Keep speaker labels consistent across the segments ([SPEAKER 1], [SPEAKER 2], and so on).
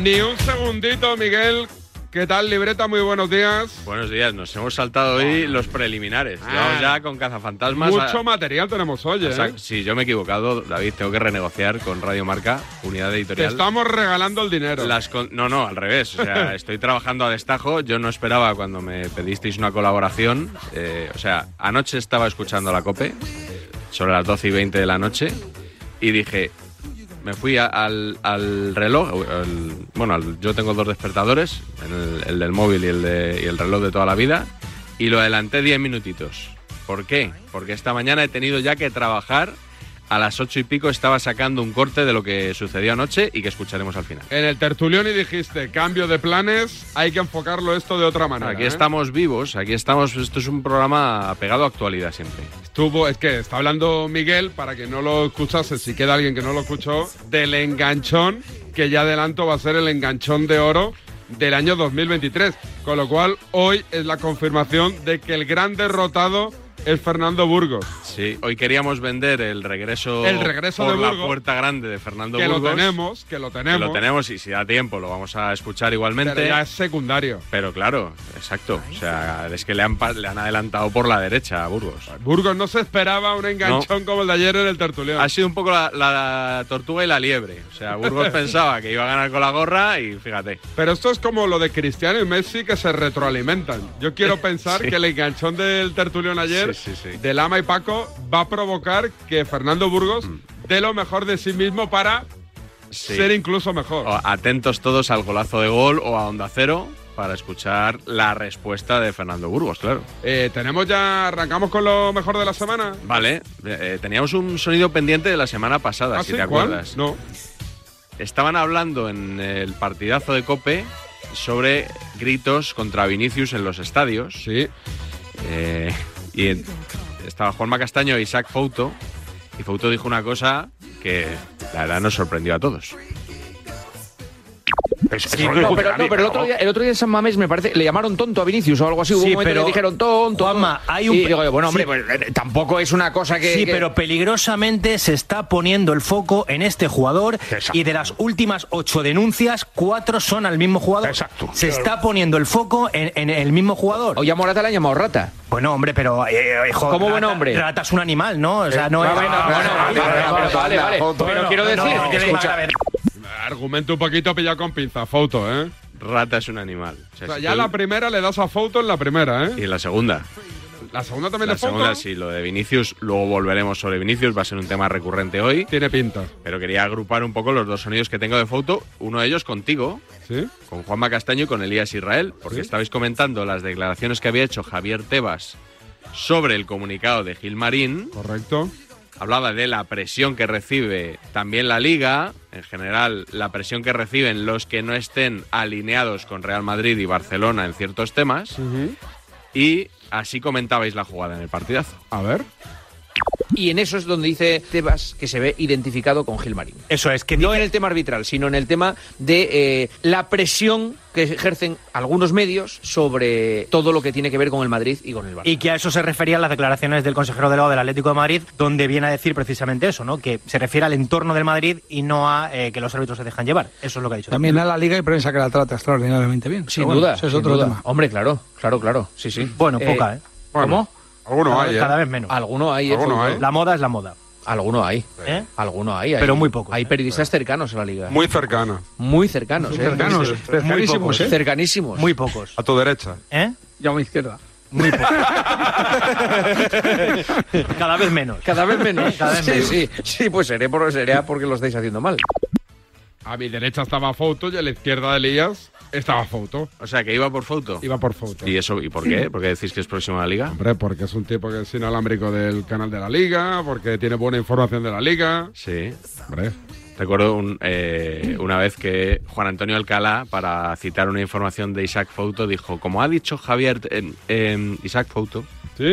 [SPEAKER 1] Ni un segundito, Miguel. ¿Qué tal, libreta? Muy buenos días.
[SPEAKER 2] Buenos días, nos hemos saltado hoy los preliminares. Vamos ya con Cazafantasmas.
[SPEAKER 1] Ah. Mucho material tenemos hoy, ¿eh?
[SPEAKER 2] O sea, sí, yo me he equivocado, David, tengo que renegociar con Radio Marca, unidad
[SPEAKER 1] Te
[SPEAKER 2] editorial.
[SPEAKER 1] estamos regalando el dinero.
[SPEAKER 2] Las con- No, no, al revés. O sea, estoy trabajando a destajo. Yo no esperaba cuando me pedisteis una colaboración. eh, o sea, anoche estaba escuchando la COPE, sobre las 12 y 20 de la noche, y dije, me fui a- al, al reloj, eh, al- bueno, al- yo tengo dos despertadores, el, el del móvil y el, de- y el reloj de toda la vida, y lo adelanté 10 minutitos. ¿Por qué? Porque esta mañana he tenido ya que trabajar. A las ocho y pico estaba sacando un corte de lo que sucedió anoche y que escucharemos al final.
[SPEAKER 1] En el tertulión y dijiste, cambio de planes, hay que enfocarlo esto de otra manera.
[SPEAKER 2] Aquí
[SPEAKER 1] ¿eh?
[SPEAKER 2] estamos vivos, aquí estamos. Esto es un programa pegado a actualidad siempre.
[SPEAKER 1] Estuvo, es que está hablando Miguel, para que no lo escuchase, si queda alguien que no lo escuchó, del enganchón, que ya adelanto va a ser el enganchón de oro del año 2023. Con lo cual, hoy es la confirmación de que el gran derrotado es Fernando Burgos.
[SPEAKER 2] Sí, hoy queríamos vender el regreso,
[SPEAKER 1] El regreso
[SPEAKER 2] por
[SPEAKER 1] de
[SPEAKER 2] la
[SPEAKER 1] Burgos.
[SPEAKER 2] puerta grande de Fernando
[SPEAKER 1] Que lo
[SPEAKER 2] Burgos.
[SPEAKER 1] tenemos, que lo
[SPEAKER 2] Que
[SPEAKER 1] tenemos.
[SPEAKER 2] lo tenemos y si da tiempo lo vamos a escuchar igualmente.
[SPEAKER 1] Pero ya es secundario.
[SPEAKER 2] Pero claro, exacto. O sea, es que le han, pa- le han adelantado por la derecha a Burgos.
[SPEAKER 1] Burgos no se esperaba un enganchón como el de ayer en el tertulión.
[SPEAKER 2] Ha sido un poco la, la tortuga y la liebre. O sea, Burgos pensaba que iba a ganar con la gorra y fíjate.
[SPEAKER 1] Pero esto es como lo de Cristiano y Messi que se retroalimentan. Yo quiero pensar
[SPEAKER 2] Sí.
[SPEAKER 1] que el enganchón del tertulión ayer
[SPEAKER 2] Sí, sí, sí.
[SPEAKER 1] de Lama y Paco va a provocar que Fernando Burgos dé lo mejor de sí mismo para
[SPEAKER 2] Mm. Sí.
[SPEAKER 1] ser incluso mejor.
[SPEAKER 2] O- Atentos todos al golazo de gol o a Onda Cero para escuchar la respuesta de Fernando Burgos, claro.
[SPEAKER 1] Eh, tenemos ya, arrancamos con lo mejor de la semana.
[SPEAKER 2] Vale, eh, eh, teníamos un sonido pendiente de la semana pasada,
[SPEAKER 1] ¿Ah,
[SPEAKER 2] si
[SPEAKER 1] sí?
[SPEAKER 2] te
[SPEAKER 1] ¿Cuál?
[SPEAKER 2] acuerdas.
[SPEAKER 1] No.
[SPEAKER 2] Estaban hablando en el partidazo de Cope sobre gritos contra Vinicius en los estadios.
[SPEAKER 1] Sí.
[SPEAKER 2] Eh, y en- estaba Juanma Castaño e Isaac Fouto. Y Fouto dijo una cosa que la verdad nos sorprendió a todos.
[SPEAKER 3] Pues, Sí, no, pero, no, pero el, otro día, el otro día en San Mamés me parece le llamaron tonto a Vinicius o algo así. Hubo
[SPEAKER 4] Sí,
[SPEAKER 3] un momento
[SPEAKER 4] pero-
[SPEAKER 3] que dijeron tonto.
[SPEAKER 4] Juanma, hay un-
[SPEAKER 3] Y digo yo, bueno, hombre,
[SPEAKER 4] Sí.
[SPEAKER 3] pues, eh, tampoco es una cosa que.
[SPEAKER 4] Sí,
[SPEAKER 3] que-
[SPEAKER 4] pero peligrosamente se está poniendo el foco en este jugador y de las últimas ocho denuncias, cuatro son al mismo jugador.
[SPEAKER 5] Exacto.
[SPEAKER 4] Se está poniendo el foco en, en el mismo jugador.
[SPEAKER 3] Oye, a Morata le han llamado rata.
[SPEAKER 4] Bueno, hombre, pero... eh, hijo,
[SPEAKER 3] ¿Cómo buen
[SPEAKER 4] rata-
[SPEAKER 3] hombre? Eh,
[SPEAKER 4] Rata es un animal, ¿no? O sea, no es... Ah,
[SPEAKER 3] Bueno, bueno,
[SPEAKER 5] vale,
[SPEAKER 3] vale,
[SPEAKER 5] vale,
[SPEAKER 3] pero vale, vale. Pero quiero decir. escucha,
[SPEAKER 1] Argumento un poquito pillado con pinza, foto, ¿eh?
[SPEAKER 2] Rata es un animal. O sea,
[SPEAKER 1] O sea,
[SPEAKER 2] si
[SPEAKER 1] ya
[SPEAKER 2] tú-
[SPEAKER 1] la primera le das a foto en la primera, ¿eh?
[SPEAKER 2] Y en la segunda.
[SPEAKER 1] La segunda también
[SPEAKER 2] La
[SPEAKER 1] le foto.
[SPEAKER 2] segunda, sí, lo de Vinicius. Luego volveremos sobre Vinicius, va a ser un tema recurrente hoy.
[SPEAKER 1] Tiene pinta.
[SPEAKER 2] Pero quería agrupar un poco los dos sonidos que tengo de foto. Uno de ellos contigo,
[SPEAKER 1] ¿Sí?
[SPEAKER 2] con Juanma Castaño y con Elías Israel, porque
[SPEAKER 1] Sí.
[SPEAKER 2] estabais comentando las declaraciones que había hecho Javier Tebas sobre el comunicado de Gil Marín.
[SPEAKER 1] Correcto.
[SPEAKER 2] Hablaba de la presión que recibe también la liga, en general la presión que reciben los que no estén alineados con Real Madrid y Barcelona en ciertos temas.
[SPEAKER 1] Ujú.
[SPEAKER 2] Y así comentabais la jugada en el partidazo.
[SPEAKER 1] A ver.
[SPEAKER 3] Y en eso es donde dice Tebas que se ve identificado con Gilmarín.
[SPEAKER 4] Eso es, que
[SPEAKER 3] No en
[SPEAKER 4] dice-
[SPEAKER 3] el tema arbitral, sino en el tema de eh, la presión que ejercen algunos medios sobre todo lo que tiene que ver con el Madrid y con el Barça.
[SPEAKER 4] Y que a eso se referían las declaraciones del consejero delegado del Atlético de Madrid, donde viene a decir precisamente eso, ¿no? Que se refiere al entorno del Madrid y no a eh, que los árbitros se dejan llevar. Eso es lo que ha dicho.
[SPEAKER 6] También a la liga y prensa que la trata extraordinariamente bien.
[SPEAKER 3] sin
[SPEAKER 6] Pero bueno,
[SPEAKER 3] duda,
[SPEAKER 6] Eso es
[SPEAKER 3] sin
[SPEAKER 6] otro
[SPEAKER 3] duda.
[SPEAKER 6] tema.
[SPEAKER 3] Hombre, claro, claro, claro. Sí, sí.
[SPEAKER 4] Bueno, poca, ¿eh?
[SPEAKER 3] ¿Cómo?
[SPEAKER 1] Alguno
[SPEAKER 4] Cada,
[SPEAKER 1] hay, ¿eh?
[SPEAKER 4] cada vez menos.
[SPEAKER 3] Alguno hay, eh,
[SPEAKER 1] Alguno
[SPEAKER 3] Fouto.
[SPEAKER 1] hay.
[SPEAKER 4] La moda es la moda.
[SPEAKER 3] Alguno hay.
[SPEAKER 4] ¿eh?
[SPEAKER 3] Alguno hay. hay.
[SPEAKER 4] Pero muy pocos,
[SPEAKER 3] Hay
[SPEAKER 4] ¿eh?
[SPEAKER 3] periodistas cercanos a la liga. Muy,
[SPEAKER 1] Muy cercana.
[SPEAKER 3] cercanos, ¿eh?
[SPEAKER 6] Cercanos, cercanísimos,
[SPEAKER 4] pocos,
[SPEAKER 6] ¿eh?
[SPEAKER 3] Cercanísimos.
[SPEAKER 4] Muy pocos.
[SPEAKER 1] A tu derecha.
[SPEAKER 4] ¿eh?
[SPEAKER 6] Yo a mi izquierda.
[SPEAKER 4] Muy pocos. cada vez menos.
[SPEAKER 3] Cada vez menos.
[SPEAKER 4] Cada vez
[SPEAKER 3] sí,
[SPEAKER 4] menos.
[SPEAKER 3] sí, sí, pues seré por, será porque lo estáis haciendo mal.
[SPEAKER 1] A mi derecha estaba Foto y a la izquierda de Elías estaba Foto.
[SPEAKER 2] O sea, que iba por foto.
[SPEAKER 1] Iba por Foto.
[SPEAKER 2] ¿Y eso? ¿Y por qué? ¿Por qué decís que es próximo a la liga?
[SPEAKER 1] Hombre, porque es un tipo que es inalámbrico del canal de la liga, porque tiene buena información de la liga.
[SPEAKER 2] Sí.
[SPEAKER 1] Hombre,
[SPEAKER 2] Recuerdo un, eh, una vez que Juan Antonio Alcalá, para citar una información de Isaac Fouto, dijo, como ha dicho Javier, eh, eh, Isaac Fouto,
[SPEAKER 1] ¿sí?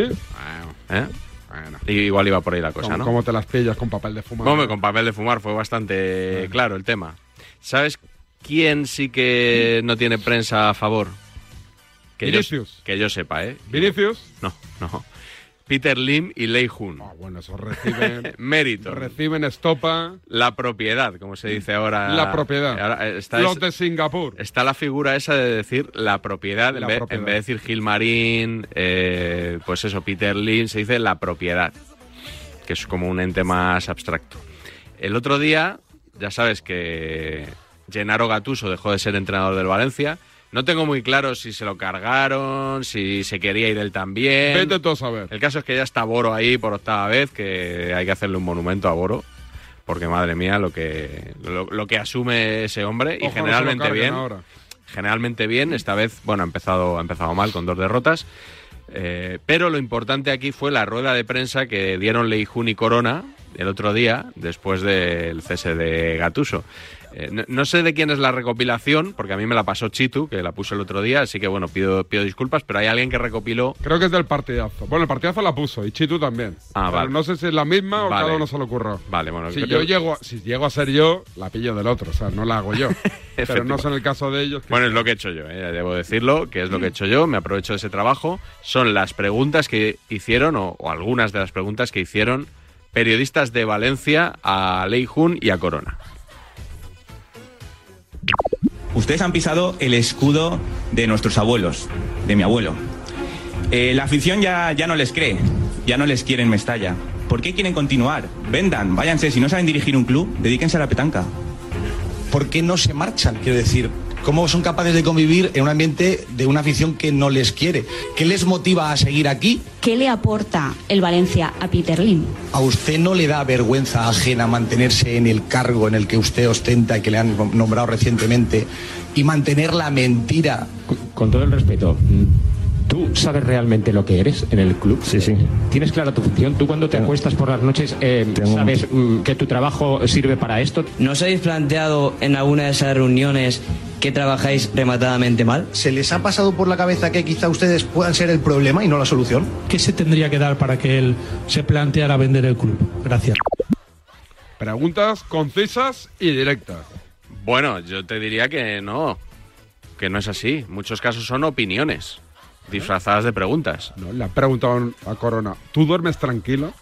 [SPEAKER 2] ¿eh?
[SPEAKER 1] Bueno,
[SPEAKER 2] Y igual iba por ahí la cosa,
[SPEAKER 1] ¿Cómo,
[SPEAKER 2] ¿no?
[SPEAKER 1] cómo te las pillas con papel de fumar?
[SPEAKER 2] Hombre, con papel de fumar fue bastante claro el tema. ¿Sabes quién sí que no tiene prensa a favor? Que yo,
[SPEAKER 1] Vinicius.
[SPEAKER 2] que yo sepa, ¿eh?
[SPEAKER 1] Vinicius, Ah,
[SPEAKER 2] No, no. Peter Lim y Lei Jun.
[SPEAKER 1] bueno, eso reciben,
[SPEAKER 2] Mérito.
[SPEAKER 1] reciben estopa
[SPEAKER 2] La propiedad, como se dice ahora.
[SPEAKER 1] la propiedad.
[SPEAKER 2] Ahora, eh, está,
[SPEAKER 1] Los
[SPEAKER 2] es-
[SPEAKER 1] de Singapur.
[SPEAKER 2] está la figura esa de decir la propiedad,
[SPEAKER 1] La
[SPEAKER 2] en, vez,
[SPEAKER 1] propiedad.
[SPEAKER 2] en vez de decir Gilmarín, eh, pues eso, Peter Lim, se dice la propiedad, que es como un ente más abstracto. El otro día, ya sabes que Gennaro Gatuso dejó de ser entrenador del Valencia. No tengo muy claro si se lo cargaron, si se quería ir él también.
[SPEAKER 1] Vete tú a saber.
[SPEAKER 2] El caso es que ya está Boro ahí por octava vez, que hay que hacerle un monumento a Boro, porque madre mía, lo que, lo, lo que asume ese hombre,
[SPEAKER 1] Ojo,
[SPEAKER 2] y
[SPEAKER 1] no se lo
[SPEAKER 2] generalmente
[SPEAKER 1] carguen
[SPEAKER 2] bien,
[SPEAKER 1] ahora.
[SPEAKER 2] generalmente bien, esta vez, bueno, ha empezado, ha empezado mal con dos derrotas, eh, pero lo importante aquí fue la rueda de prensa que dieron Leijun y Corona el otro día, después del cese de Gatuso. no, no sé de quién es la recopilación, porque a mí me la pasó Chitu, que la puso el otro día, así que bueno, pido, pido disculpas, pero hay alguien que recopiló
[SPEAKER 1] Creo que es del partidazo. Bueno, el partidazo la puso y Chitu también.
[SPEAKER 2] Ah,
[SPEAKER 1] Pero
[SPEAKER 2] vale.
[SPEAKER 1] No sé si es la misma o
[SPEAKER 2] Vale.
[SPEAKER 1] cada uno se lo ocurrió.
[SPEAKER 2] Vale, bueno,
[SPEAKER 1] Si
[SPEAKER 2] creo-
[SPEAKER 1] yo llego, a- si llego a ser yo, la pillo del otro, o sea, no la hago yo. Pero no son el caso de ellos. que-
[SPEAKER 2] Bueno, es lo que he hecho yo, eh, debo decirlo, que es lo que he hecho yo, me aprovecho de ese trabajo. Son las preguntas que hicieron, o, o algunas de las preguntas que hicieron periodistas de Valencia a Lei Jun y a Corona.
[SPEAKER 4] Ustedes han pisado el escudo de nuestros abuelos, de mi abuelo. Eh, la afición ya, ya no les cree, ya no les quiere en Mestalla. ¿Por qué quieren continuar? Vendan, váyanse, si no saben dirigir un club, dedíquense a la petanca.
[SPEAKER 7] ¿por qué no se marchan? Quiero decir, ¿cómo son capaces de convivir en un ambiente de una afición que no les quiere? ¿Qué les motiva a seguir aquí?
[SPEAKER 8] ¿Qué le aporta el Valencia a Peter Lim?
[SPEAKER 7] ¿A usted no le da vergüenza ajena mantenerse en el cargo en el que usted ostenta y que le han nombrado recientemente y mantener la mentira?
[SPEAKER 9] Con todo el respeto, ¿tú sabes realmente lo que eres en el club? Sí, sí. ¿Tienes clara tu función? ¿Tú cuando te acuestas por las noches eh, sabes mm, que tu trabajo sirve para esto?
[SPEAKER 10] ¿No os habéis planteado en alguna de esas reuniones que trabajáis rematadamente mal?
[SPEAKER 7] ¿Se les ha pasado por la cabeza que quizá ustedes puedan ser el problema y no la solución?
[SPEAKER 11] ¿Qué se tendría que dar para que él se planteara vender el club? Gracias.
[SPEAKER 1] Preguntas concisas y directas.
[SPEAKER 2] Bueno, yo te diría que no, que no es así. Muchos casos son opiniones disfrazadas de preguntas.
[SPEAKER 1] No, le han preguntado a Corona, ¿tú duermes tranquilo?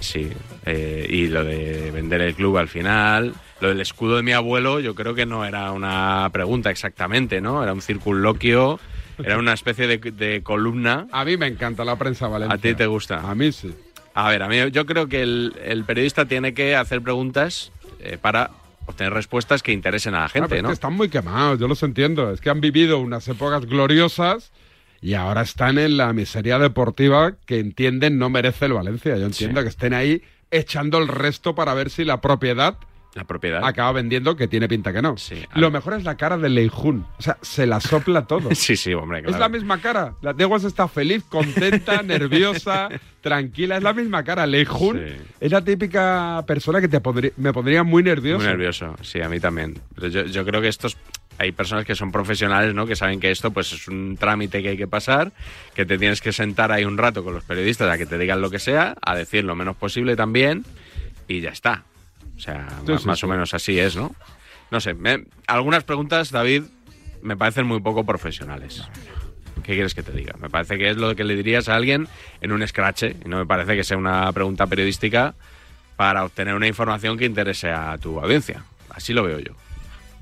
[SPEAKER 2] Sí, eh, y lo de vender el club al final, lo del escudo de mi abuelo, yo creo que no era una pregunta exactamente, ¿no? Era un circunloquio, era una especie de, de columna.
[SPEAKER 1] A mí me encanta la prensa valenciana.
[SPEAKER 2] ¿A ti te gusta?
[SPEAKER 1] A mí sí.
[SPEAKER 2] A ver, a mí yo creo que el, el periodista tiene que hacer preguntas eh, para obtener respuestas que interesen a la
[SPEAKER 1] Ah, pero
[SPEAKER 2] gente,
[SPEAKER 1] es
[SPEAKER 2] ¿no?
[SPEAKER 1] que están muy quemados, yo los entiendo. Es que han vivido unas épocas gloriosas y ahora están en la miseria deportiva que entienden no merece el Valencia. Yo entiendo
[SPEAKER 2] Sí.
[SPEAKER 1] que estén ahí echando el resto para ver si la propiedad
[SPEAKER 2] La propiedad.
[SPEAKER 1] acaba vendiendo, que tiene pinta que no.
[SPEAKER 2] Sí, a
[SPEAKER 1] Lo
[SPEAKER 2] ver.
[SPEAKER 1] mejor es la cara de Leijun. O sea, se la sopla todo.
[SPEAKER 2] Sí, sí, hombre, claro.
[SPEAKER 1] Es la misma cara. La Deguas está feliz, contenta, nerviosa, tranquila. Es la misma cara. Leijun
[SPEAKER 2] Sí.
[SPEAKER 1] es la típica persona que te podri- me pondría muy nervioso.
[SPEAKER 2] Muy nervioso, sí, a mí también. Pero yo, yo creo que estos... Hay personas que son profesionales, ¿no? Que saben que esto pues es un trámite que hay que pasar, que te tienes que sentar ahí un rato con los periodistas a que te digan lo que sea, a decir lo menos posible también, y ya está. O sea,
[SPEAKER 1] Sí,
[SPEAKER 2] más,
[SPEAKER 1] sí,
[SPEAKER 2] más
[SPEAKER 1] sí.
[SPEAKER 2] o menos así es, ¿no? No sé, me- algunas preguntas, David, me parecen muy poco profesionales. ¿Qué quieres que te diga? Me parece que es lo que le dirías a alguien en un escrache, y no me parece que sea una pregunta periodística para obtener una información que interese a tu audiencia. Así lo veo yo.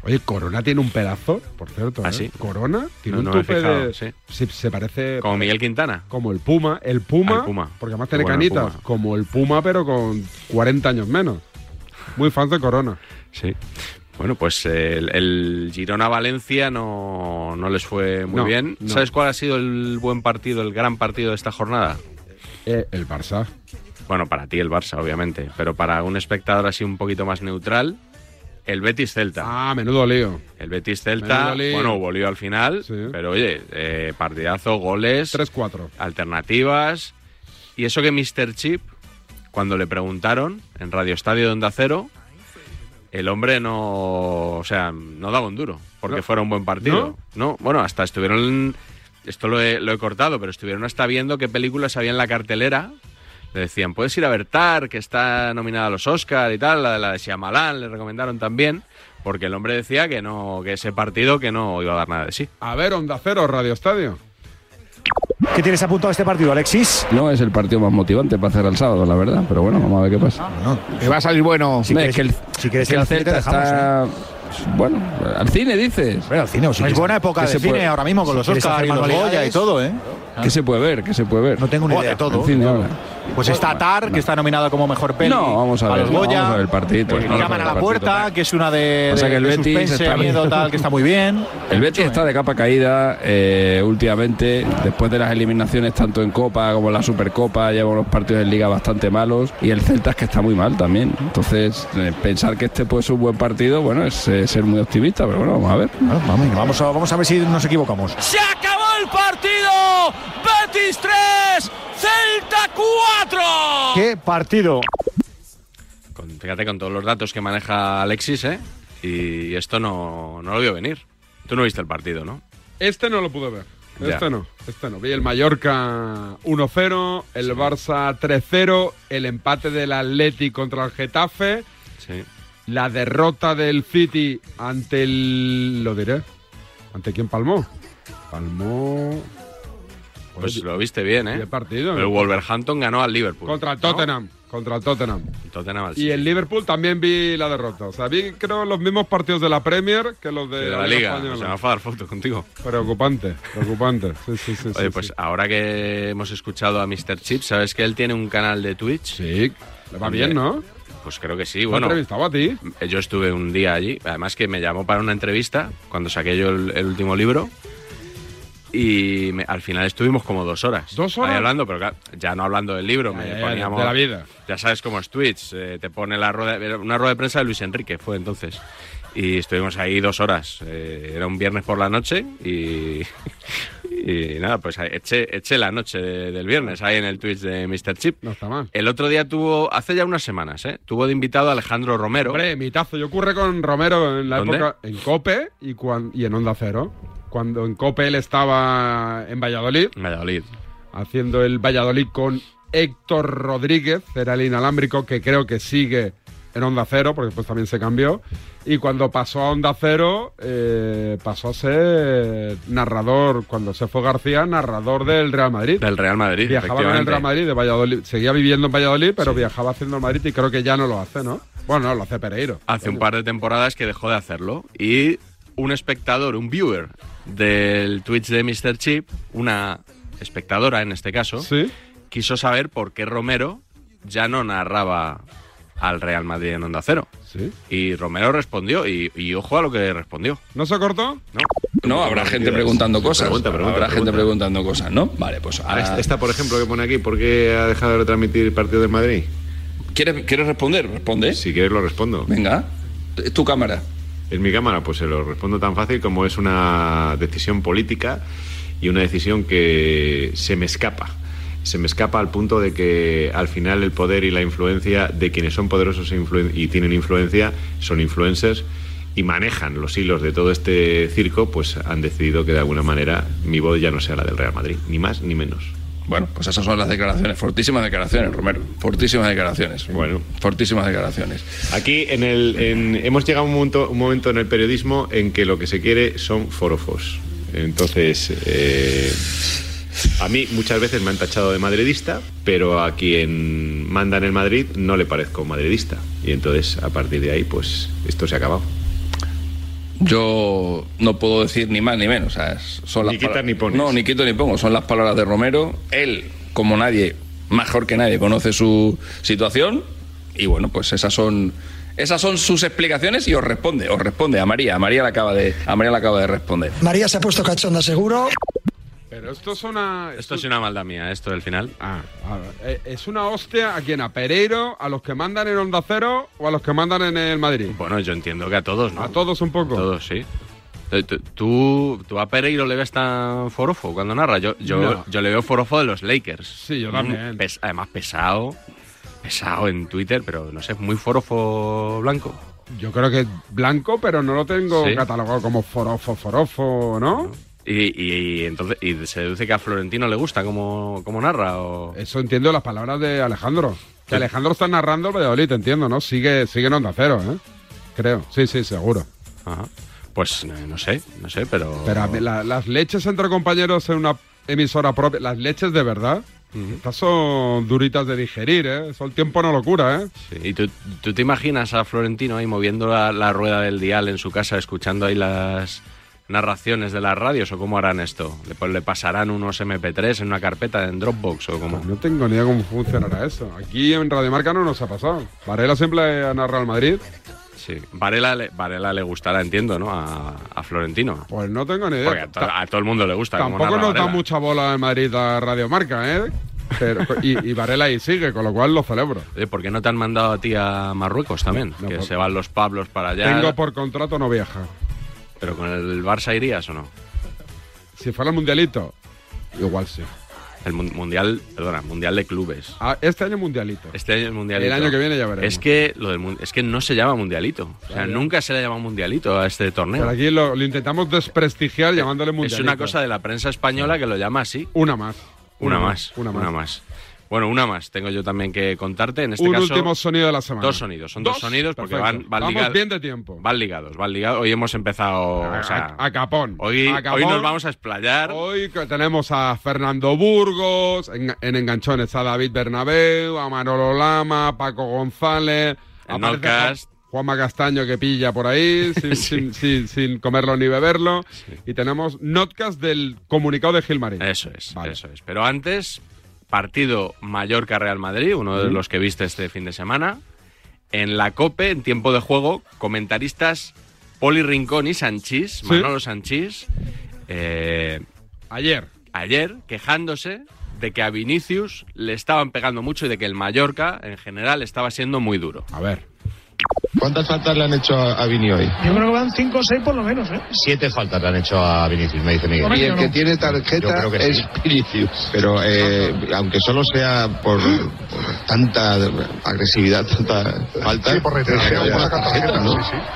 [SPEAKER 1] Oye, Corona tiene un pedazo, por cierto.
[SPEAKER 2] ¿Ah,
[SPEAKER 1] ¿eh?
[SPEAKER 2] sí?
[SPEAKER 1] Corona tiene
[SPEAKER 2] No,
[SPEAKER 1] un
[SPEAKER 2] no me he
[SPEAKER 1] tupe de.
[SPEAKER 2] fijado, sí.
[SPEAKER 1] Sí, se parece
[SPEAKER 2] Como Miguel Quintana.
[SPEAKER 1] como el Puma. El Puma,
[SPEAKER 2] Al Puma.
[SPEAKER 1] porque además tiene
[SPEAKER 2] Muy bueno el
[SPEAKER 1] canitas.
[SPEAKER 2] Puma.
[SPEAKER 1] Como el Puma, pero con 40 años menos. Muy fans de Corona.
[SPEAKER 2] Sí. Bueno, pues eh, el, el Girona-Valencia no, no les fue muy
[SPEAKER 1] No,
[SPEAKER 2] bien.
[SPEAKER 1] no.
[SPEAKER 2] ¿Sabes cuál ha sido el buen partido, el gran partido de esta jornada?
[SPEAKER 1] Eh, el Barça.
[SPEAKER 2] Bueno, para ti el Barça, obviamente, pero para un espectador así un poquito más neutral, el Betis-Celta.
[SPEAKER 1] Ah, menudo lío.
[SPEAKER 2] El Betis-Celta,
[SPEAKER 1] Menudo lío.
[SPEAKER 2] bueno, hubo lío al final,
[SPEAKER 1] Sí.
[SPEAKER 2] pero oye, eh, partidazo, goles.
[SPEAKER 1] 3-4.
[SPEAKER 2] alternativas. Y eso que Mr. Chip, cuando le preguntaron en Radio Estadio de Onda Cero, el hombre no. O sea, no daba un duro, porque
[SPEAKER 1] No.
[SPEAKER 2] fuera un buen partido. ¿No? bueno, hasta estuvieron. Esto lo he, lo he cortado, pero estuvieron hasta viendo qué películas había en la cartelera. Le decían, puedes ir a ver Tar, que está nominada a los Oscar y tal, la de la de Shyamalan, le recomendaron también, porque el hombre decía que no, que ese partido que no iba a dar nada de sí.
[SPEAKER 1] A ver, Onda Cero, Radio Estadio.
[SPEAKER 12] ¿Qué tienes apuntado a este partido, Alexis?
[SPEAKER 3] No es el partido más motivante para hacer el sábado, la verdad, pero bueno, vamos a ver qué pasa.
[SPEAKER 12] Que va a salir bueno. Ah, Si
[SPEAKER 3] No,
[SPEAKER 12] quieres,
[SPEAKER 3] es que el,
[SPEAKER 12] si quieres
[SPEAKER 3] es que el
[SPEAKER 12] cine te
[SPEAKER 3] Celta
[SPEAKER 12] dejamos,
[SPEAKER 3] está. Bueno, al cine dices.
[SPEAKER 12] Bueno, al cine, o si
[SPEAKER 3] No
[SPEAKER 12] quieres- que se puede- si quieres hacer manualidades,
[SPEAKER 3] ¿Qué se puede ver? ¿Qué se puede ver? No
[SPEAKER 12] ¿eh? tengo ni idea.
[SPEAKER 3] De todo. cine ahora.
[SPEAKER 12] Pues está Tar, que está nominada como mejor peli.
[SPEAKER 3] No, vamos a
[SPEAKER 12] a
[SPEAKER 3] ver,
[SPEAKER 12] los
[SPEAKER 3] no,
[SPEAKER 12] Goya.
[SPEAKER 3] vamos a ver el partido,
[SPEAKER 12] Eh,
[SPEAKER 3] no vamos a
[SPEAKER 12] llaman
[SPEAKER 3] ver
[SPEAKER 12] a
[SPEAKER 3] el
[SPEAKER 12] la
[SPEAKER 3] partido.
[SPEAKER 12] puerta, que es una de,
[SPEAKER 3] O sea
[SPEAKER 12] de-
[SPEAKER 3] que el
[SPEAKER 12] de
[SPEAKER 3] Betis
[SPEAKER 12] suspense,
[SPEAKER 3] está-
[SPEAKER 12] miedo, tal, que está muy bien.
[SPEAKER 3] El Betis está de capa caída eh, últimamente, después de las eliminaciones tanto en Copa como en la Supercopa, lleva unos partidos en Liga bastante malos y el Celta es que está muy mal también. Entonces, eh, pensar que este puede ser un buen partido, bueno, es eh, ser muy optimista, pero bueno, vamos a ver.
[SPEAKER 12] vamos, vamos, a, vamos a ver si nos equivocamos.
[SPEAKER 13] Se acabó el partido. Betis 3, Celta 4.
[SPEAKER 12] ¿Qué partido?
[SPEAKER 2] Con- fíjate con todos los datos que maneja Alexis, ¿eh? Y esto no, no lo vio venir. Tú no viste el partido, ¿no?
[SPEAKER 1] Este no lo pude ver.
[SPEAKER 2] Ya.
[SPEAKER 1] Este no, este no. Vi el Mallorca 1-0, el Barça 3-0, el empate del Atleti contra el Getafe,
[SPEAKER 2] Sí.
[SPEAKER 1] la derrota del City ante el... lo diré. ¿Ante quién palmó? Palmó...
[SPEAKER 2] Pues lo viste bien, ¿eh?
[SPEAKER 1] Qué partido,
[SPEAKER 2] El
[SPEAKER 1] ¿no?
[SPEAKER 2] Wolverhampton ganó al Liverpool.
[SPEAKER 1] Contra el Tottenham. Contra el Tottenham.
[SPEAKER 2] El Tottenham al
[SPEAKER 1] Y
[SPEAKER 2] City.
[SPEAKER 1] el Liverpool también vi la derrota. O sea, vi creo los mismos partidos de la Premier que los de,
[SPEAKER 2] De la Liga.
[SPEAKER 1] Española.
[SPEAKER 2] Se me va a dar foto contigo.
[SPEAKER 1] Preocupante, preocupante. Sí, sí, sí.
[SPEAKER 2] Oye,
[SPEAKER 1] sí,
[SPEAKER 2] pues
[SPEAKER 1] sí.
[SPEAKER 2] ahora que hemos escuchado a Mr. Chip, ¿sabes que él tiene un canal de Twitch?
[SPEAKER 1] Sí, le va bien, ¿no?
[SPEAKER 2] Pues creo que sí,
[SPEAKER 1] ¿Lo ha
[SPEAKER 2] bueno.
[SPEAKER 1] entrevistado a ti?
[SPEAKER 2] Eh, Yo estuve un día allí, además que me llamó para una entrevista cuando saqué yo el, el último libro. Y me- al final estuvimos como dos horas. ¿Dos
[SPEAKER 1] horas?
[SPEAKER 2] hablando, pero claro, ya no hablando del libro, me
[SPEAKER 1] ya, ya,
[SPEAKER 2] poníamos.
[SPEAKER 1] de la vida.
[SPEAKER 2] Ya sabes cómo es Twitch, eh, te pone la rueda, era una rueda de prensa de Luis Enrique, fue entonces. Y estuvimos ahí dos horas. eh, era un viernes por la noche y. y nada, pues eché, eché la noche de- del viernes ahí en el Twitch de Mr. Chip.
[SPEAKER 1] No está mal.
[SPEAKER 2] El otro día tuvo, hace ya unas semanas, ¿eh? tuvo de invitado a Alejandro Romero.
[SPEAKER 1] Hombre, mitazo. Yo ocurre con Romero en la
[SPEAKER 2] ¿Dónde?
[SPEAKER 1] época en Cope y, cuan- y en Onda Cero. Cuando en Cope él estaba en Valladolid.
[SPEAKER 2] Valladolid.
[SPEAKER 1] Haciendo el Valladolid con Héctor Rodríguez, era el inalámbrico que creo que sigue en Onda Cero, porque después también se cambió. Y cuando pasó a Onda Cero, eh, pasó a ser narrador, cuando se fue García, narrador del Real Madrid.
[SPEAKER 2] Del Real Madrid,
[SPEAKER 1] Viajaba con el
[SPEAKER 2] efectivamente.
[SPEAKER 1] Real Madrid de Valladolid. Seguía viviendo en Valladolid, pero viajaba haciendo el Madrid y creo que ya no lo hace, ¿no? Bueno, no, lo hace Pereiro.
[SPEAKER 2] Hace un par de temporadas que dejó de hacerlo. Y un espectador, un viewer del Twitch de Mr. Chip, una espectadora en este caso, quiso saber por qué Romero ya no narraba al Real Madrid en Onda Cero. Y Romero respondió, y, y ojo a lo que respondió.
[SPEAKER 1] ¿No se cortó?
[SPEAKER 2] No.
[SPEAKER 3] No, habrá gente preguntando cosas.
[SPEAKER 2] Pregunta, pregunta,
[SPEAKER 3] habrá gente
[SPEAKER 2] pregunta.
[SPEAKER 3] preguntando cosas, ¿no? Vale, pues
[SPEAKER 14] Ahora,
[SPEAKER 3] ahora-
[SPEAKER 14] esta, esta, por ejemplo, que pone aquí, ¿por qué ha dejado de retransmitir partidos del Madrid?
[SPEAKER 3] ¿Quieres, ¿Quieres responder? Responde.
[SPEAKER 14] Si quieres lo respondo.
[SPEAKER 3] Venga. ¿Es tu cámara?
[SPEAKER 14] Es mi cámara, pues se lo respondo tan fácil como es una decisión política y una decisión que se me escapa. Se me escapa al punto de que al final el poder y la influencia de quienes son poderosos e influen- y tienen influencia son influencers y manejan los hilos de todo este circo, pues han decidido que de alguna manera mi voz ya no sea la del Real Madrid, ni más ni menos.
[SPEAKER 3] Bueno, pues esas son las declaraciones. Fortísimas declaraciones, Romero. Fortísimas declaraciones. Bueno. Fortísimas declaraciones.
[SPEAKER 14] Aquí en el, en- hemos llegado a un momento, un momento en el periodismo en que lo que se quiere son forofos. Entonces, eh, a mí muchas veces me han tachado de madridista, pero a quien manda en el Madrid no le parezco madridista. Y entonces, a partir de ahí, pues esto se ha acabado.
[SPEAKER 3] Yo no puedo decir ni más ni menos. o sea, son las
[SPEAKER 14] Ni quitas
[SPEAKER 3] pala-
[SPEAKER 14] ni pones.
[SPEAKER 3] No, ni quito ni pongo. Son las palabras de Romero. Él, como nadie, mejor que nadie, conoce su situación. Y bueno, pues esas son. Esas son sus explicaciones y os responde, os responde a María. A María la acaba de, a María la acaba de responder.
[SPEAKER 15] María se ha puesto cachonda, seguro.
[SPEAKER 1] Pero esto es una.
[SPEAKER 2] Esto es una maldad mía, esto del final.
[SPEAKER 1] Ah, a ver, eh, ¿Es una hostia a quién? ¿A Pereiro? ¿A los que mandan en Onda Cero o a los que mandan en el Madrid?
[SPEAKER 2] Bueno, yo entiendo que a todos, ¿no?
[SPEAKER 1] A todos un poco.
[SPEAKER 2] Todos, sí. Eh, tú- ¿Tú, tú a Pereiro le ves tan forofo cuando narra? Yo, yo,
[SPEAKER 1] No.
[SPEAKER 2] yo le veo forofo de los Lakers. Sí,
[SPEAKER 1] yo también.
[SPEAKER 2] además, pesado. Pesado en Twitter, pero no sé, muy forofo blanco.
[SPEAKER 1] Yo creo que es blanco, pero no lo tengo
[SPEAKER 2] Sí.
[SPEAKER 1] catalogado como forofo, forofo, ¿no?
[SPEAKER 2] Y, y- y entonces y se deduce que a Florentino le gusta cómo, cómo narra. O...
[SPEAKER 1] Eso entiendo las palabras de Alejandro. Que Alejandro está narrando el Valladolid, te entiendo, ¿no? Sigue, sigue en Onda Cero, ¿eh? Creo. Sí, sí, seguro.
[SPEAKER 2] Ajá. Pues no, no sé, no sé, pero.
[SPEAKER 1] Pero a mí la- las leches entre compañeros en una emisora propia, las leches de verdad, estas son duritas de digerir, ¿eh? Eso el tiempo no lo cura, ¿eh?
[SPEAKER 2] Sí, ¿Y tú, tú te imaginas a Florentino ahí moviendo la, la rueda del dial en su casa, escuchando ahí las narraciones de las radios o cómo harán esto? ¿Le, pues, le pasarán unos MP3 en una carpeta en Dropbox o cómo?
[SPEAKER 1] No tengo ni idea cómo funcionará eso. Aquí en Radiomarca no nos ha pasado. Varela siempre ha narrado al Madrid.
[SPEAKER 2] Sí. Varela, le- Varela le gustará, entiendo, ¿no? A, a Florentino.
[SPEAKER 1] Pues no tengo ni idea.
[SPEAKER 2] Porque a, to- a todo el mundo le gusta. cómo
[SPEAKER 1] Tampoco
[SPEAKER 2] narra
[SPEAKER 1] nos da
[SPEAKER 2] Varela.
[SPEAKER 1] mucha bola en Madrid a Radiomarca, ¿eh? Pero- y, y Varela ahí sigue, con lo cual lo celebro.
[SPEAKER 2] Oye, ¿Por qué no te han mandado a ti a Marruecos también? que se van los Pablos para allá.
[SPEAKER 1] Tengo por contrato no viaja.
[SPEAKER 2] ¿Pero con el Barça irías o no?
[SPEAKER 1] Si fuera el mundialito, igual sí.
[SPEAKER 2] El mun- mundial, perdona, mundial de clubes.
[SPEAKER 1] Ah, este año mundialito.
[SPEAKER 2] Este año el mundialito.
[SPEAKER 1] El año que viene ya veremos.
[SPEAKER 2] Es que, lo del mun- es que no se llama mundialito. O sea,
[SPEAKER 1] Ya, ya.
[SPEAKER 2] nunca se le ha llamado mundialito a este torneo.
[SPEAKER 1] Pero aquí lo, lo intentamos desprestigiar llamándole
[SPEAKER 2] es
[SPEAKER 1] mundialito.
[SPEAKER 2] una cosa de la prensa española que lo llama así.
[SPEAKER 1] Una más.
[SPEAKER 2] Una,
[SPEAKER 1] Una
[SPEAKER 2] más.
[SPEAKER 1] más, una más.
[SPEAKER 2] Una más. Bueno, una más. Tengo yo también que contarte. En este
[SPEAKER 1] Un
[SPEAKER 2] caso,
[SPEAKER 1] último sonido de la semana.
[SPEAKER 2] Dos sonidos. Son dos,
[SPEAKER 1] Dos.
[SPEAKER 2] sonidos porque
[SPEAKER 1] Perfecto.
[SPEAKER 2] van, van
[SPEAKER 1] Vamos
[SPEAKER 2] ligados.
[SPEAKER 1] bien de tiempo. Ah,
[SPEAKER 2] Van ligados, van ligados. Hoy hemos empezado. o sea,
[SPEAKER 1] a, a capón.
[SPEAKER 2] hoy,
[SPEAKER 1] a capón.
[SPEAKER 2] hoy nos vamos a explayar.
[SPEAKER 1] Hoy que tenemos a Fernando Burgos, en, en enganchones a David Bernabéu, a Manolo Lama, a Paco González,
[SPEAKER 2] En
[SPEAKER 1] aparece
[SPEAKER 2] Nordcast.
[SPEAKER 1] Ju- Juanma Castaño que pilla por ahí sin, sin- sin- sin comerlo ni beberlo. Y tenemos notcast del comunicado de Gilmarín.
[SPEAKER 2] Eso es, eso es. Pero antes, partido Mallorca-Real Madrid, uno de
[SPEAKER 1] Ujú.
[SPEAKER 2] los que viste este fin de semana. En la COPE, en tiempo de juego, comentaristas Poli Rincón y Sanchís, Manolo Sanchís, eh,
[SPEAKER 1] ayer.
[SPEAKER 2] ayer quejándose de que a Vinicius le estaban pegando mucho y de que el Mallorca, en general, estaba siendo muy duro.
[SPEAKER 1] A ver.
[SPEAKER 3] ¿Cuántas faltas le han hecho a, Vini hoy?
[SPEAKER 16] Yo creo que van 5 o 6 por lo menos, ¿eh?
[SPEAKER 3] Siete faltas le han hecho a Vinicius, me dice Miguel.
[SPEAKER 16] Y el que
[SPEAKER 3] tiene tarjeta es Vinicius. Pero eh, aunque solo sea por, por tanta agresividad, tanta falta. Sí, por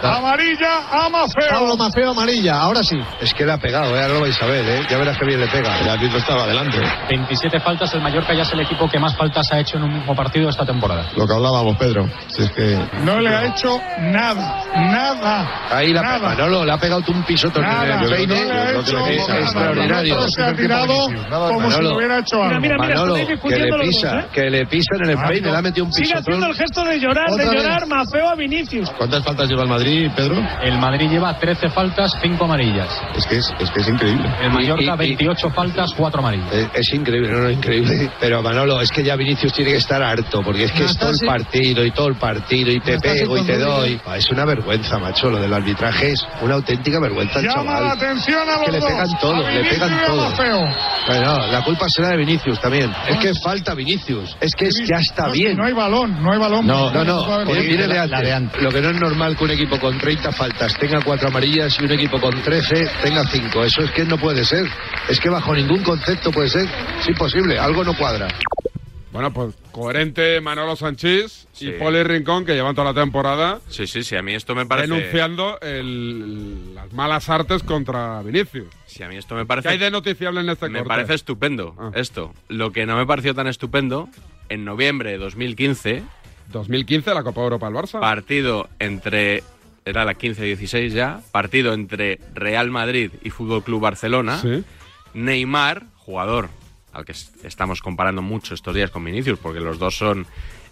[SPEAKER 16] Amarilla a Mafeo.
[SPEAKER 3] Pablo Mafeo amarilla, ahora sí. Es que le ha pegado, ¿eh? ahora lo vais a ver, ¿eh? ya verás que bien le pega. El árbitro estaba adelante.
[SPEAKER 17] 27 faltas, el Mallorca ya es el equipo que más faltas ha hecho en un mismo partido esta temporada.
[SPEAKER 3] Lo que hablábamos, Pedro. Si es que...
[SPEAKER 16] No le ha hecho nada, nada.
[SPEAKER 3] Ah, Ahí la
[SPEAKER 16] Nada.
[SPEAKER 3] Manolo, le ha pegado tú un pisoto.
[SPEAKER 16] Nada,
[SPEAKER 3] Yo creo que-
[SPEAKER 16] no
[SPEAKER 3] yo
[SPEAKER 16] le ha
[SPEAKER 3] creo que
[SPEAKER 16] hecho
[SPEAKER 3] lo pisa.
[SPEAKER 16] nada. Todo se ha tirado como si
[SPEAKER 3] Manolo,
[SPEAKER 16] lo hubiera hecho algo.
[SPEAKER 3] Manolo, que le pisa,
[SPEAKER 17] ¿eh?
[SPEAKER 3] que le pisa en el empeine, le ha metido un
[SPEAKER 16] Sigue haciendo
[SPEAKER 3] pisotón.
[SPEAKER 16] el gesto de llorar, de
[SPEAKER 3] Otra vez.
[SPEAKER 16] llorar Mafeo a Vinicius.
[SPEAKER 3] ¿Cuántas faltas lleva el Madrid, Pedro?
[SPEAKER 17] El Madrid lleva 13 faltas, 5 amarillas.
[SPEAKER 3] Es que es, es que es increíble.
[SPEAKER 17] El Mallorca 28 faltas, 4 amarillas.
[SPEAKER 3] Es, es increíble, no, no, increíble. Pero Manolo, es que ya Vinicius tiene que estar harto, porque es que es todo el partido y todo el partido y te pego y te doy. Ah, Es una vergüenza, macho, lo del arbitraje es una auténtica vergüenza, el
[SPEAKER 16] Llama
[SPEAKER 3] chaval.
[SPEAKER 16] la atención a
[SPEAKER 3] Es
[SPEAKER 16] los
[SPEAKER 3] que le
[SPEAKER 16] dos.
[SPEAKER 3] pegan todo,
[SPEAKER 16] a
[SPEAKER 3] le
[SPEAKER 16] Vinicius
[SPEAKER 3] pegan
[SPEAKER 16] y a
[SPEAKER 3] todo.
[SPEAKER 16] Mafeo.
[SPEAKER 3] Bueno, la culpa será de Vinicius también. Es que falta Vinicius. Es que es, ya está
[SPEAKER 16] No, es que
[SPEAKER 3] bien.
[SPEAKER 16] No hay balón, no hay balón.
[SPEAKER 3] No, no,
[SPEAKER 16] puede
[SPEAKER 3] no.
[SPEAKER 16] haber
[SPEAKER 3] porque
[SPEAKER 16] balón.
[SPEAKER 3] viene de antes. Lo que no es normal que un equipo con 30 faltas tenga 4 amarillas y un equipo con 13 tenga 5. Eso es que no puede ser. Es que bajo ningún concepto puede ser. Es imposible. Algo no cuadra.
[SPEAKER 1] Bueno, pues coherente Manolo Sanchís
[SPEAKER 2] Sí.
[SPEAKER 1] y Poli Rincón, que llevan toda la temporada
[SPEAKER 2] Sí, sí, sí. A mí esto me parece.
[SPEAKER 1] denunciando el- las malas artes contra Vinicius.
[SPEAKER 2] Sí, a mí esto me parece.
[SPEAKER 1] ¿Qué hay de noticiable en este
[SPEAKER 2] Me
[SPEAKER 1] corte? Ah.
[SPEAKER 2] parece estupendo esto. Lo que no me pareció tan estupendo, en noviembre de 2015,
[SPEAKER 1] 2015 la Copa Europa al Barça.
[SPEAKER 2] partido entre. Era la 15-16 ya. Partido entre Real Madrid y Fútbol Club Barcelona.
[SPEAKER 1] Sí.
[SPEAKER 2] Neymar, jugador al que es- estamos comparando mucho estos días con Vinicius, porque los dos son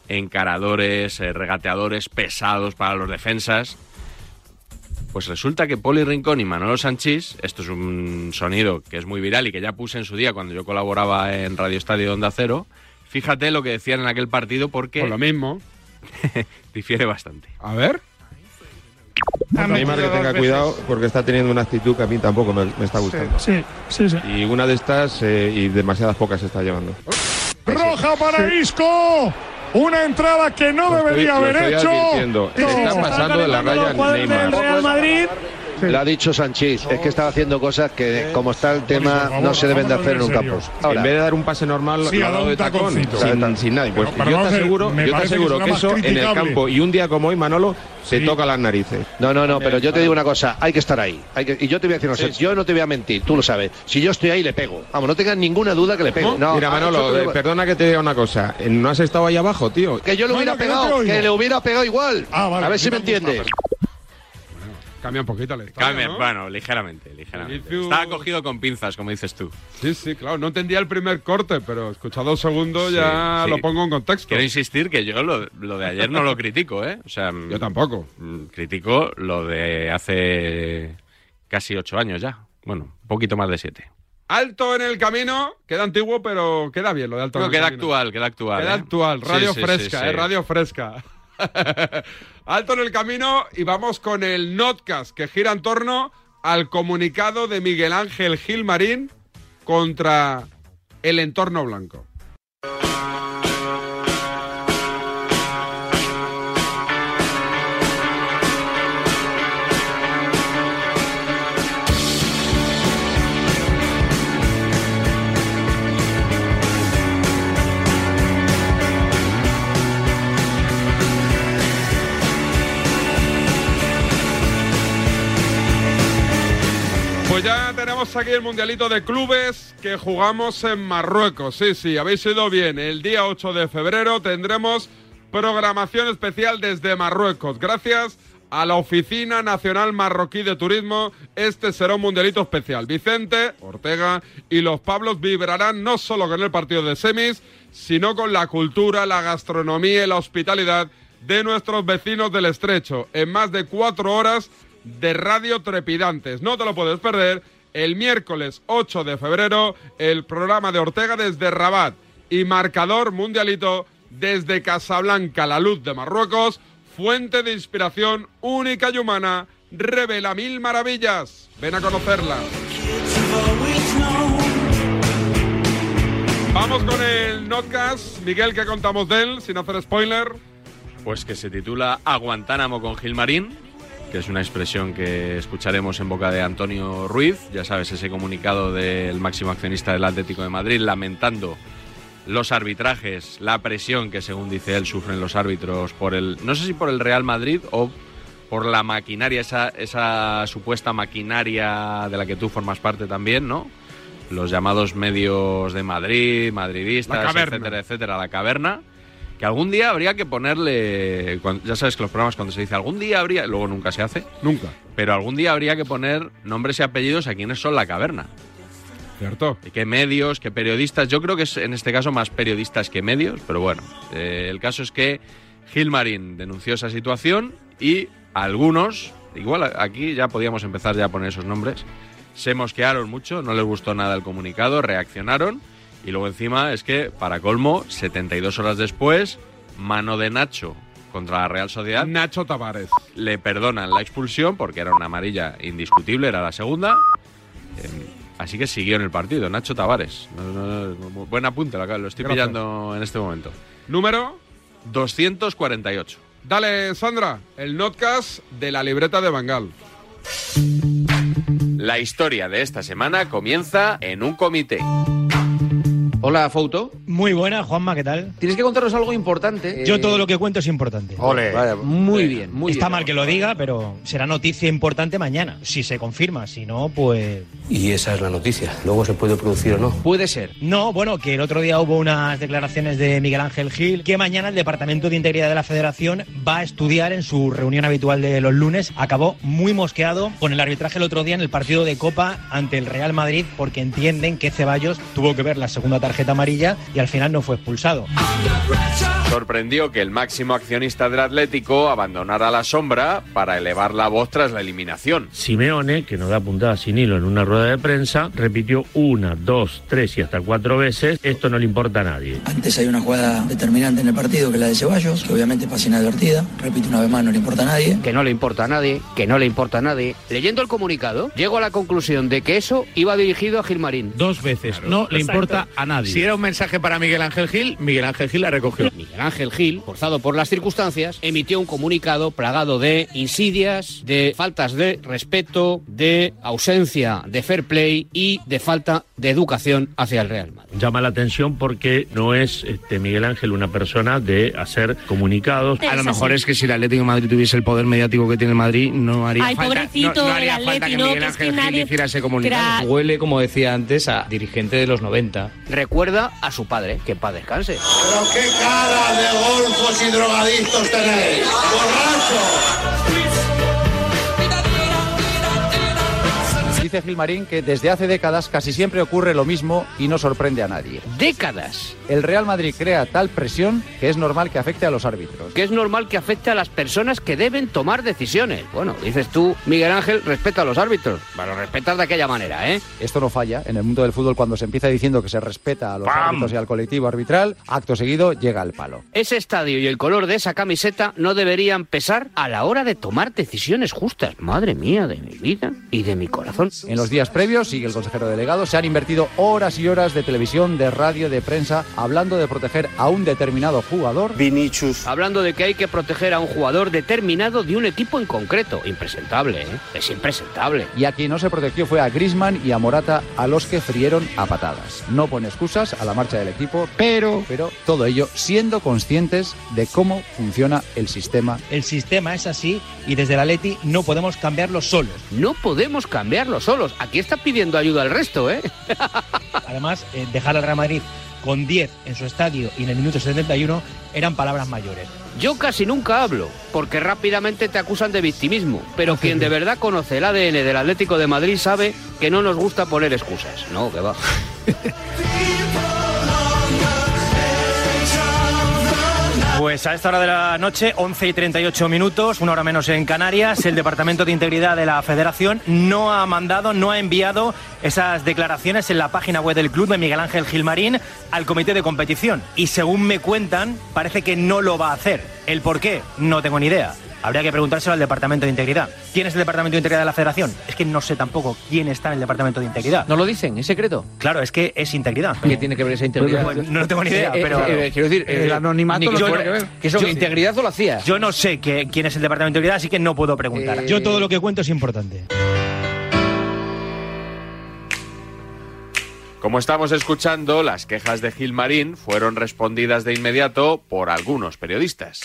[SPEAKER 2] encaradores, eh, regateadores pesados para los defensas. Pues resulta que Poli Rincón y Manolo Sanchís, esto es un sonido que es muy viral y que ya puse en su día cuando yo colaboraba en Radio Estadio Onda Cero, fíjate lo que decían en aquel partido porque...
[SPEAKER 1] Por lo mismo.
[SPEAKER 2] difiere bastante.
[SPEAKER 1] A ver.
[SPEAKER 18] Neymar que tenga cuidado porque está teniendo una actitud que a mí tampoco me, me está gustando.
[SPEAKER 16] Sí, sí, sí.
[SPEAKER 18] Y una de estas eh, y demasiadas pocas se está llevando.
[SPEAKER 16] Roja para Isco. Una entrada que no debería
[SPEAKER 18] lo
[SPEAKER 16] haber
[SPEAKER 18] estoy
[SPEAKER 16] hecho.
[SPEAKER 18] advirtiendo. Se está
[SPEAKER 16] No.
[SPEAKER 18] pasando de la raya
[SPEAKER 16] Los jugadores del
[SPEAKER 18] Neymar.
[SPEAKER 16] Real Madrid.
[SPEAKER 3] Lo ha dicho Sanchís. Es que estaba haciendo cosas que, como está el tema, no se deben de hacer en un campo.
[SPEAKER 18] en vez de dar un pase normal,
[SPEAKER 3] Sí,
[SPEAKER 18] lo
[SPEAKER 3] ha
[SPEAKER 18] ha
[SPEAKER 3] dado
[SPEAKER 18] dado
[SPEAKER 3] un
[SPEAKER 18] de tacón.
[SPEAKER 3] taconcito.
[SPEAKER 18] Sin, sin nadie. Pues
[SPEAKER 3] Pero,
[SPEAKER 18] yo
[SPEAKER 3] perdón,
[SPEAKER 18] te aseguro,
[SPEAKER 3] me
[SPEAKER 18] yo te
[SPEAKER 3] parece que
[SPEAKER 18] aseguro
[SPEAKER 3] es lo
[SPEAKER 18] que
[SPEAKER 3] más
[SPEAKER 18] eso en el
[SPEAKER 3] criticable.
[SPEAKER 18] campo y un día como hoy, Manolo, se toca las narices.
[SPEAKER 3] No, no, no, pero yo te digo una cosa, hay que estar ahí. Hay que- y yo te voy a decir, no sé, yo no te voy a mentir, tú lo sabes. Si yo estoy ahí, le pego. Vamos, no tengas ninguna duda que le pego. No,
[SPEAKER 18] Mira,
[SPEAKER 3] ha
[SPEAKER 18] Manolo,
[SPEAKER 3] hecho
[SPEAKER 18] eh,
[SPEAKER 3] que-
[SPEAKER 18] perdona que te diga una cosa. Eh, No has estado ahí abajo, tío.
[SPEAKER 16] Ah,
[SPEAKER 3] Que yo le hubiera pegado, que le hubiera pegado igual. a ver si me entiendes.
[SPEAKER 1] Cambia un poquito el estadio,
[SPEAKER 2] Cambia,
[SPEAKER 1] ¿no?
[SPEAKER 2] Bueno, ligeramente, ligeramente.
[SPEAKER 1] Vinicius-
[SPEAKER 2] Estaba cogido con pinzas, como dices tú.
[SPEAKER 1] Sí, sí, claro. No entendía el primer corte, pero escuchado dos segundos
[SPEAKER 2] Sí,
[SPEAKER 1] ya
[SPEAKER 2] sí.
[SPEAKER 1] lo pongo en contexto.
[SPEAKER 2] Quiero insistir que yo lo, lo de ayer no lo critico, ¿eh? O sea, yo
[SPEAKER 1] tampoco.
[SPEAKER 2] Critico lo de hace casi ocho años ya. Bueno, un poquito más de siete.
[SPEAKER 1] Alto en el camino, queda antiguo, pero queda bien lo de alto
[SPEAKER 2] Pero
[SPEAKER 1] en el
[SPEAKER 2] queda
[SPEAKER 1] camino.
[SPEAKER 2] actual, queda actual.
[SPEAKER 1] Queda
[SPEAKER 2] ¿eh?
[SPEAKER 1] actual,
[SPEAKER 2] Sí,
[SPEAKER 1] radio
[SPEAKER 2] sí, sí,
[SPEAKER 1] fresca,
[SPEAKER 2] sí.
[SPEAKER 1] eh, radio fresca. Alto en el camino y vamos con el notcast que gira en torno al comunicado de Miguel Ángel Gil Marín contra el entorno blanco. Pues ya tenemos aquí el Mundialito de Clubes que jugamos en Marruecos. Sí, sí, habéis ido bien. El día 8 de febrero tendremos programación especial desde Marruecos. Gracias a la Oficina Nacional Marroquí de Turismo, este será un Mundialito especial. Vicente, Ortega y los Pablos vibrarán no solo con el partido de semis, sino con la cultura, la gastronomía y la hospitalidad de nuestros vecinos del estrecho. En más de cuatro horas de Radio Trepidantes. No te lo puedes perder el miércoles 8 de febrero, el programa de Ortega desde Rabat y marcador mundialito desde Casablanca, la luz de Marruecos, fuente de inspiración única y humana, revela mil maravillas. Ven a conocerla. Vamos con el notcast. Miguel, ¿qué contamos de él? Sin hacer spoiler.
[SPEAKER 2] Pues que se titula A Guantánamo con Gilmarín, ¿eh? que es una expresión que escucharemos en boca de Antonio Ruiz. Ya sabes, ese comunicado del máximo accionista del Atlético de Madrid lamentando los arbitrajes, la presión que según dice él sufren los árbitros por el, no sé si por el Real Madrid o por la maquinaria, esa, esa supuesta maquinaria de la que tú formas parte también, ¿no? Los llamados medios de Madrid,
[SPEAKER 1] La
[SPEAKER 2] madridistas,
[SPEAKER 1] caverna.
[SPEAKER 2] etcétera, etcétera, la caverna. Que algún día habría que ponerle, cuan- ya sabes que los programas cuando se dice algún día habría, luego nunca se hace,
[SPEAKER 1] Nunca.
[SPEAKER 2] pero algún día habría que poner nombres y apellidos a quienes son la caverna.
[SPEAKER 1] Cierto.
[SPEAKER 2] Y qué medios, qué periodistas. Yo creo que es en este caso más periodistas que medios, pero bueno. Eh, el caso es que Gilmarín denunció esa situación y algunos, igual a- aquí ya podíamos empezar ya a poner esos nombres, se mosquearon mucho, no les gustó nada el comunicado, reaccionaron y luego encima es que, para colmo, 72 horas después, mano de Nacho contra la Real Sociedad.
[SPEAKER 1] Nacho Tavares.
[SPEAKER 2] Le perdonan la expulsión porque era una amarilla indiscutible, era la segunda. Eh, así que siguió en el partido, Nacho Tavares. No, no, no, bu- buen apunte, lo, acabo- lo estoy
[SPEAKER 1] Gracias.
[SPEAKER 2] pillando en este momento.
[SPEAKER 1] Número
[SPEAKER 2] 248.
[SPEAKER 1] Dale, Sandra, el notcast de la libreta de Bangal.
[SPEAKER 2] La historia de esta semana comienza en un comité.
[SPEAKER 19] Hola, Fouto.
[SPEAKER 4] Muy buena, Juanma, ¿qué tal?
[SPEAKER 19] Tienes que contarnos algo importante.
[SPEAKER 4] Eh, Yo todo lo que cuento es importante.
[SPEAKER 19] Ole. Vaya, muy bien, muy
[SPEAKER 4] Está
[SPEAKER 19] bien.
[SPEAKER 4] mal que lo diga, pero será noticia importante mañana, si se confirma. Si no, pues.
[SPEAKER 20] Y esa es la noticia. Luego se puede producir o no.
[SPEAKER 19] Puede ser.
[SPEAKER 4] No, bueno, que el otro día hubo unas declaraciones de Miguel Ángel Gil, que mañana el Departamento de Integridad de la Federación va a estudiar en su reunión habitual de los lunes. Acabó muy mosqueado con el arbitraje el otro día en el partido de Copa ante el Real Madrid, porque entienden que Ceballos tuvo que ver la segunda tarjeta amarilla y al final no fue expulsado.
[SPEAKER 2] Sorprendió que el máximo accionista del Atlético abandonara la sombra para elevar la voz tras la eliminación.
[SPEAKER 3] Simeone, que nos da puntada sin hilo en una rueda de prensa, repitió una, dos, tres y hasta cuatro veces, esto no le importa a nadie.
[SPEAKER 21] Antes hay una jugada determinante en el partido que es la de Ceballos, que obviamente pasa inadvertida. Repito una vez más, no le importa a nadie.
[SPEAKER 22] que no le importa a nadie, que no le importa a nadie. Leyendo el comunicado, llego a la conclusión de que eso iba dirigido a Gilmarín.
[SPEAKER 23] Dos veces.
[SPEAKER 22] No le importa
[SPEAKER 23] a nadie.
[SPEAKER 22] Si era un mensaje para Miguel Ángel Gil, Miguel Ángel Gil la recogió. Miguel Ángel Gil, forzado por las circunstancias, emitió un comunicado plagado de insidias, de faltas de respeto, de ausencia de fair play y de falta de educación hacia el Real Madrid.
[SPEAKER 3] Llama la atención porque no es este, Miguel Ángel una persona de hacer comunicados.
[SPEAKER 22] A lo mejor
[SPEAKER 3] es que si el Atlético de Madrid tuviese el poder mediático que tiene el Madrid, no
[SPEAKER 22] haría
[SPEAKER 16] Ay, pobrecito, el Atleti, no, que es que nadie... Tra-
[SPEAKER 22] Huele, como decía antes, a dirigente de los 90. Recuerda a su padre, que en paz descanse.
[SPEAKER 21] Pero qué cara de golfos y drogadictos tenéis. ¡Borracho!
[SPEAKER 3] Dice Gilmarín que desde hace décadas casi siempre ocurre lo mismo y no sorprende a nadie.
[SPEAKER 22] Décadas.
[SPEAKER 3] El Real Madrid crea tal presión que es normal que afecte a los árbitros.
[SPEAKER 22] Que es normal que afecte a las personas que deben tomar decisiones. Bueno, dices tú, Miguel Ángel, respeta a los árbitros. Bueno, respetas de aquella manera, ¿eh?
[SPEAKER 3] Esto no falla. En el mundo del fútbol, cuando se empieza diciendo que se respeta a los
[SPEAKER 22] ¡Pam!
[SPEAKER 3] árbitros y al colectivo arbitral, acto seguido llega al palo.
[SPEAKER 22] Ese estadio y el color de esa camiseta no deberían pesar a la hora de tomar decisiones justas. Madre mía, de mi vida y de mi corazón.
[SPEAKER 3] En los días previos, sigue el consejero delegado, se han invertido horas y horas de televisión, de radio, de prensa, hablando de proteger a un determinado jugador.
[SPEAKER 22] Vinicius. Hablando de que hay que proteger a un jugador determinado de un equipo en concreto. Impresentable, ¿eh? Es impresentable.
[SPEAKER 3] Y a quien no se protegió fue a Grisman y a Morata, a los que frieron a patadas. No pone excusas a la marcha del equipo, pero, pero todo ello siendo conscientes de cómo funciona el sistema.
[SPEAKER 24] El sistema es así y desde la Leti no podemos cambiarlo solos.
[SPEAKER 22] No podemos cambiarlo solos. Aquí está pidiendo ayuda al resto, ¿eh?
[SPEAKER 24] Además, eh, dejar al Real Madrid con 10 en su estadio y en el minuto 71 eran palabras mayores.
[SPEAKER 22] Yo casi nunca hablo, porque rápidamente te acusan de victimismo, pero quien de verdad conoce el ADN del Atlético de Madrid sabe que no nos gusta poner excusas. No, que va.
[SPEAKER 4] Pues a esta hora de la noche, 11 y 38 minutos, una hora menos en Canarias, el Departamento de Integridad de la Federación no ha mandado, no ha enviado esas declaraciones en la página web del club de Miguel Ángel Gilmarín al comité de competición. Y según me cuentan, parece que no lo va a hacer. ¿El por qué? No tengo ni idea. Habría que preguntárselo al Departamento de Integridad. ¿Quién es el Departamento de Integridad de la Federación? Es que no sé tampoco quién está en el Departamento de Integridad.
[SPEAKER 25] ¿No lo dicen? ¿Es secreto?
[SPEAKER 4] Claro, es que es integridad.
[SPEAKER 25] ¿Qué tiene que ver esa integridad?
[SPEAKER 4] Bueno, no tengo ni idea,
[SPEAKER 25] Pues Eh, eh,
[SPEAKER 4] pero-
[SPEAKER 25] eh, quiero decir,
[SPEAKER 4] El anonimato
[SPEAKER 25] ni que
[SPEAKER 4] lo
[SPEAKER 25] fuera
[SPEAKER 4] tiene
[SPEAKER 25] que
[SPEAKER 4] que
[SPEAKER 25] ver.
[SPEAKER 4] ver.
[SPEAKER 25] Que eso,
[SPEAKER 4] Yo-
[SPEAKER 25] que integridad o lo hacía.
[SPEAKER 4] Yo no sé qué- quién es el Departamento de Integridad, así que no puedo preguntar.
[SPEAKER 25] Eh,
[SPEAKER 24] Yo todo lo que cuento es importante.
[SPEAKER 26] Como estamos escuchando, las quejas de Gilmarín fueron respondidas de inmediato por algunos periodistas.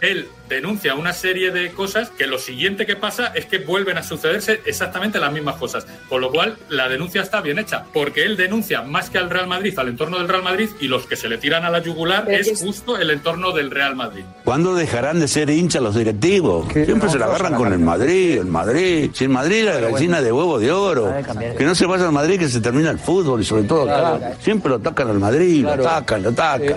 [SPEAKER 27] Él denuncia una serie de cosas que lo siguiente que pasa es que vuelven a sucederse exactamente las mismas cosas. Con lo cual, la denuncia está bien hecha, porque él denuncia más que al Real Madrid, al entorno del Real Madrid, y los que se le tiran a la yugular es justo el entorno del Real Madrid.
[SPEAKER 1] ¿Cuándo dejarán de ser hinchas los directivos? Siempre se la agarran con el Madrid, el Madrid. Si el Madrid la gallina de huevo de oro. Que no se vaya al Madrid que se termina el fútbol y sobre todo acá. Siempre lo atacan al Madrid, lo atacan, lo atacan.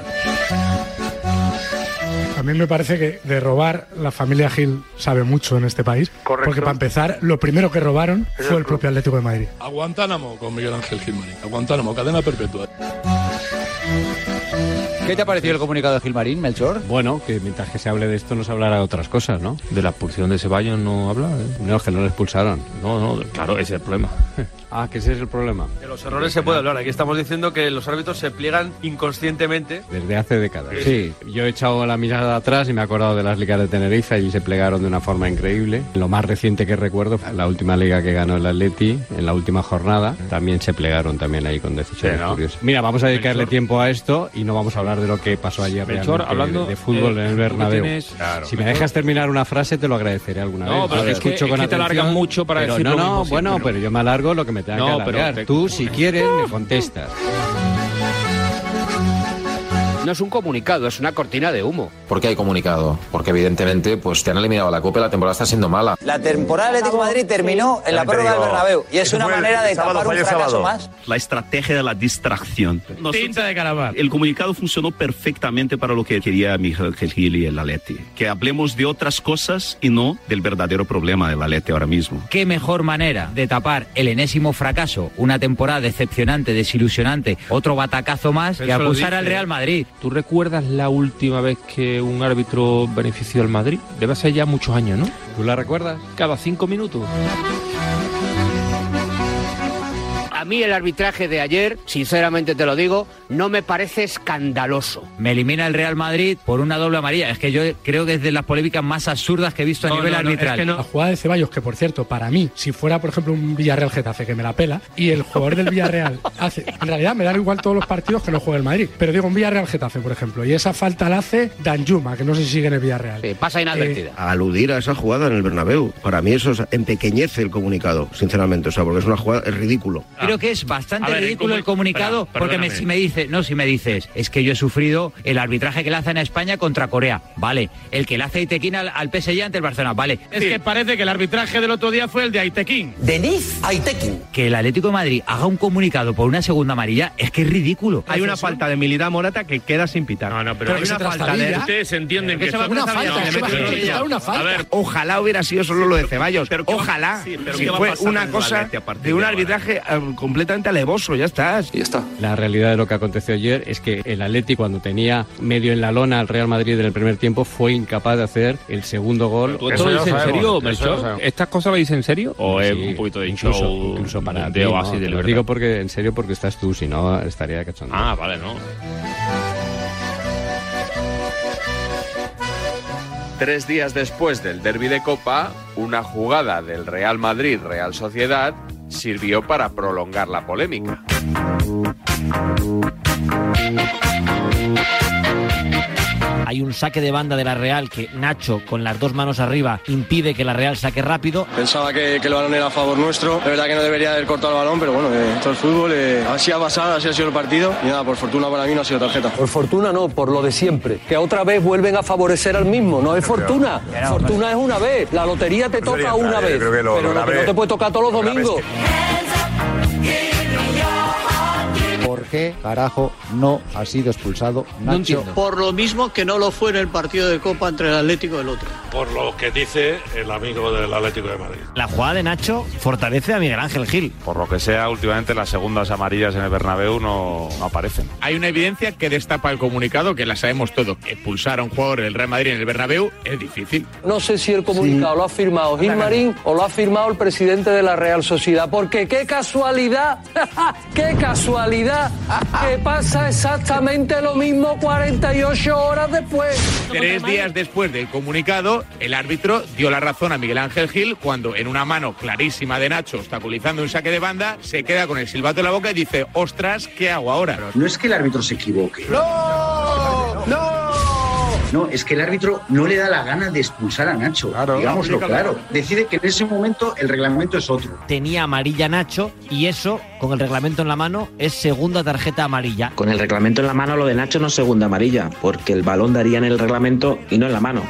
[SPEAKER 18] A mí me parece que de robar la familia Gil sabe mucho en este país.
[SPEAKER 16] Correcto.
[SPEAKER 18] Porque para empezar, lo primero que robaron
[SPEAKER 16] Es el
[SPEAKER 18] fue el
[SPEAKER 16] club.
[SPEAKER 18] propio Atlético de Madrid.
[SPEAKER 16] A Guantánamo con Miguel Ángel Gilmarín. A Guantánamo, cadena perpetua.
[SPEAKER 2] ¿Qué te ha parecido el comunicado de Gilmarín, Melchor? Bueno, que mientras que se hable de esto no se hablará de otras cosas, ¿no? De la expulsión de Ceballos no habla, ¿eh? No, es que no le expulsaron. No, no, claro, ese es el problema. ah, que ese es el problema.
[SPEAKER 28] De los errores se puede hablar. Aquí estamos diciendo que los árbitros se pliegan inconscientemente.
[SPEAKER 2] Desde hace décadas. Sí, yo he echado la mirada atrás y me he acordado de las ligas de Tenerife, allí se plegaron de una forma increíble. Lo más reciente que recuerdo, la última liga que ganó el Atleti, en la última jornada, también se plegaron también ahí con decisiones
[SPEAKER 26] Sí, ¿no?
[SPEAKER 2] curiosas. Mira, vamos a dedicarle tiempo a esto y no vamos a hablar de lo que pasó ayer
[SPEAKER 26] Melchor,
[SPEAKER 2] realmente,
[SPEAKER 26] hablando,
[SPEAKER 2] de, de fútbol
[SPEAKER 26] eh,
[SPEAKER 2] en el
[SPEAKER 26] tú que
[SPEAKER 2] Bernabéu.
[SPEAKER 26] tienes- Claro.
[SPEAKER 2] si me dejas terminar una frase te lo agradeceré alguna
[SPEAKER 26] No,
[SPEAKER 2] vez.
[SPEAKER 26] pero
[SPEAKER 2] Te
[SPEAKER 26] es que-
[SPEAKER 2] escucho
[SPEAKER 26] es
[SPEAKER 2] con
[SPEAKER 26] que te alargan
[SPEAKER 2] atención,
[SPEAKER 26] mucho para
[SPEAKER 2] pero
[SPEAKER 26] decir
[SPEAKER 2] No,
[SPEAKER 26] lo
[SPEAKER 2] no,
[SPEAKER 26] mismo
[SPEAKER 2] bueno,
[SPEAKER 26] siempre, ¿no?
[SPEAKER 2] pero yo me alargo lo que me tenga
[SPEAKER 26] No,
[SPEAKER 2] que
[SPEAKER 26] pero
[SPEAKER 2] alargar.
[SPEAKER 26] te-
[SPEAKER 2] Tú, si quieres, me contestas.
[SPEAKER 22] No es un comunicado, es una cortina de humo.
[SPEAKER 29] ¿Por qué hay comunicado? Porque evidentemente pues te han eliminado a la Copa y la temporada está siendo mala.
[SPEAKER 30] La temporada del Atlético de Madrid terminó en la prórroga del Bernabéu y es una manera de tapar un fracaso más.
[SPEAKER 31] La estrategia de la distracción. Tinta de calabar. El comunicado funcionó perfectamente para lo que quería Miguel Gil y el Aleti. Que hablemos de otras cosas y no del verdadero problema del Aleti ahora mismo.
[SPEAKER 21] ¿Qué mejor manera de tapar el enésimo fracaso, una temporada decepcionante, desilusionante, otro batacazo más, que acusar al Real Madrid?
[SPEAKER 2] ¿Tú recuerdas la última vez que un árbitro benefició al Madrid? Debe ser ya muchos años, ¿no? ¿Tú la recuerdas? Cada cinco minutos.
[SPEAKER 22] A mí el arbitraje de ayer, sinceramente te lo digo, no me parece escandaloso.
[SPEAKER 21] Me elimina el Real Madrid por una doble amarilla. Es que yo creo que es de las polémicas más absurdas que he visto a nivel arbitral.
[SPEAKER 18] La jugada de Ceballos, que por cierto, para mí, si fuera por ejemplo un Villarreal Getafe que me la pela, y el jugador del Villarreal hace. En realidad me dan igual todos los partidos que no juegue el Madrid. Pero digo, un Villarreal Getafe, por ejemplo, y esa falta la hace Danjuma, que no se sigue en el Villarreal.
[SPEAKER 22] pasa inadvertida.
[SPEAKER 18] eh,
[SPEAKER 31] aludir a esa jugada en el Bernabéu. Para mí eso es- empequeñece el comunicado, sinceramente. O sea, porque es una jugada, es ridículo.
[SPEAKER 18] Creo
[SPEAKER 21] creo que es bastante
[SPEAKER 32] Ah. A ver,
[SPEAKER 21] ridículo
[SPEAKER 32] ¿cómo-
[SPEAKER 21] el comunicado
[SPEAKER 32] Espera,
[SPEAKER 21] porque me-
[SPEAKER 32] perdóname.
[SPEAKER 21] si me dices, no, si me dices, es que yo he sufrido el arbitraje que le hacen a España contra Corea, vale, el que le hace Itequín al, al PSG ante el Barcelona, vale.
[SPEAKER 32] Es que parece que el arbitraje del otro día fue el de Aitequín.
[SPEAKER 21] Denis Aitequín. Que el Atlético de Madrid haga un comunicado por una segunda amarilla es que es ridículo.
[SPEAKER 3] Hay una falta de Milidad Morata que queda sin pitar. No, no,
[SPEAKER 32] Pero hay una falta de...
[SPEAKER 3] Ustedes
[SPEAKER 32] entienden
[SPEAKER 3] que son- Una falta, se va a criticar una falta. Ojalá hubiera sido solo lo de Ceballos. Ojalá.
[SPEAKER 33] sí, pero
[SPEAKER 3] si
[SPEAKER 33] ¿qué va a
[SPEAKER 3] fue
[SPEAKER 33] pasar
[SPEAKER 3] una
[SPEAKER 33] con
[SPEAKER 3] cosa
[SPEAKER 33] Valencia a partir
[SPEAKER 3] de un arbitraje eh, completamente alevoso, ya está. Ya está.
[SPEAKER 2] La realidad de lo que aconteció ayer es que el Atleti cuando tenía medio en la lona al Real Madrid en el primer tiempo fue incapaz de hacer el segundo gol.
[SPEAKER 34] ¿Todo eso es en serio, Melchor? ¿Estas cosas lo veis en serio? ¿O es
[SPEAKER 2] Sí,
[SPEAKER 34] un poquito de
[SPEAKER 2] incluso-
[SPEAKER 34] show
[SPEAKER 2] incluso para
[SPEAKER 34] de
[SPEAKER 2] ti,
[SPEAKER 34] oasis de
[SPEAKER 2] ¿no? Te lo
[SPEAKER 34] libertad?
[SPEAKER 2] digo porque en serio porque estás tú, si no estaría cachondo.
[SPEAKER 34] Ah, vale, no.
[SPEAKER 35] Tres días después del derby de Copa, una jugada del Real Madrid-Real Sociedad sirvió para prolongar la polémica.
[SPEAKER 4] Hay un saque de banda de la Real que Nacho con las dos manos arriba impide que la Real saque rápido.
[SPEAKER 36] Pensaba que, que el balón era a favor nuestro. De verdad que no debería haber cortado el balón, pero bueno, eh, esto es fútbol. eh, así ha pasado, así ha sido el partido. Y nada, por fortuna para mí no ha sido tarjeta.
[SPEAKER 16] Por fortuna no, por lo de siempre. Que otra vez vuelven a favorecer al mismo. No es fortuna. Fortuna es una vez. La lotería te
[SPEAKER 37] Eso ya
[SPEAKER 16] toca
[SPEAKER 37] está, yo
[SPEAKER 16] una vez.
[SPEAKER 37] creo que lo-
[SPEAKER 16] pero
[SPEAKER 37] lo
[SPEAKER 16] no,
[SPEAKER 37] grave-
[SPEAKER 16] no te puede tocar todos los
[SPEAKER 37] lo grave es
[SPEAKER 16] domingos.
[SPEAKER 38] ¿Por qué carajo no ha sido expulsado Nacho?
[SPEAKER 22] Por lo mismo que no lo fue en el partido de Copa entre el Atlético y el otro.
[SPEAKER 18] Por lo que dice el amigo del Atlético de Madrid.
[SPEAKER 4] La jugada de Nacho fortalece a Miguel Ángel Gil.
[SPEAKER 39] Por lo que sea, últimamente las segundas amarillas en el Bernabéu no, no aparecen.
[SPEAKER 1] Hay una evidencia que destapa el comunicado, que la sabemos todos. Expulsar a un jugador del Real Madrid en el Bernabéu es difícil.
[SPEAKER 16] No sé si el comunicado lo ha firmado Gil Marín o lo ha firmado el presidente de la Real Sociedad. Porque qué casualidad, qué casualidad que pasa exactamente lo mismo 48 horas después.
[SPEAKER 1] Tres días después del comunicado, el árbitro dio la razón a Miguel Ángel Gil cuando en una mano clarísima de Nacho, obstaculizando un saque de banda, se queda con el silbato en la boca y dice, ostras, ¿qué hago ahora?
[SPEAKER 40] No es que el árbitro se equivoque. ¡No! ¡No! No, es que el árbitro no le da la gana de expulsar a Nacho. Digámoslo claro. Decide que en ese momento el reglamento es otro.
[SPEAKER 4] Tenía amarilla Nacho y eso, con el reglamento en la mano, es segunda tarjeta amarilla.
[SPEAKER 41] Con el reglamento en la mano, lo de Nacho no es segunda amarilla, porque el balón daría en el reglamento y no en la mano.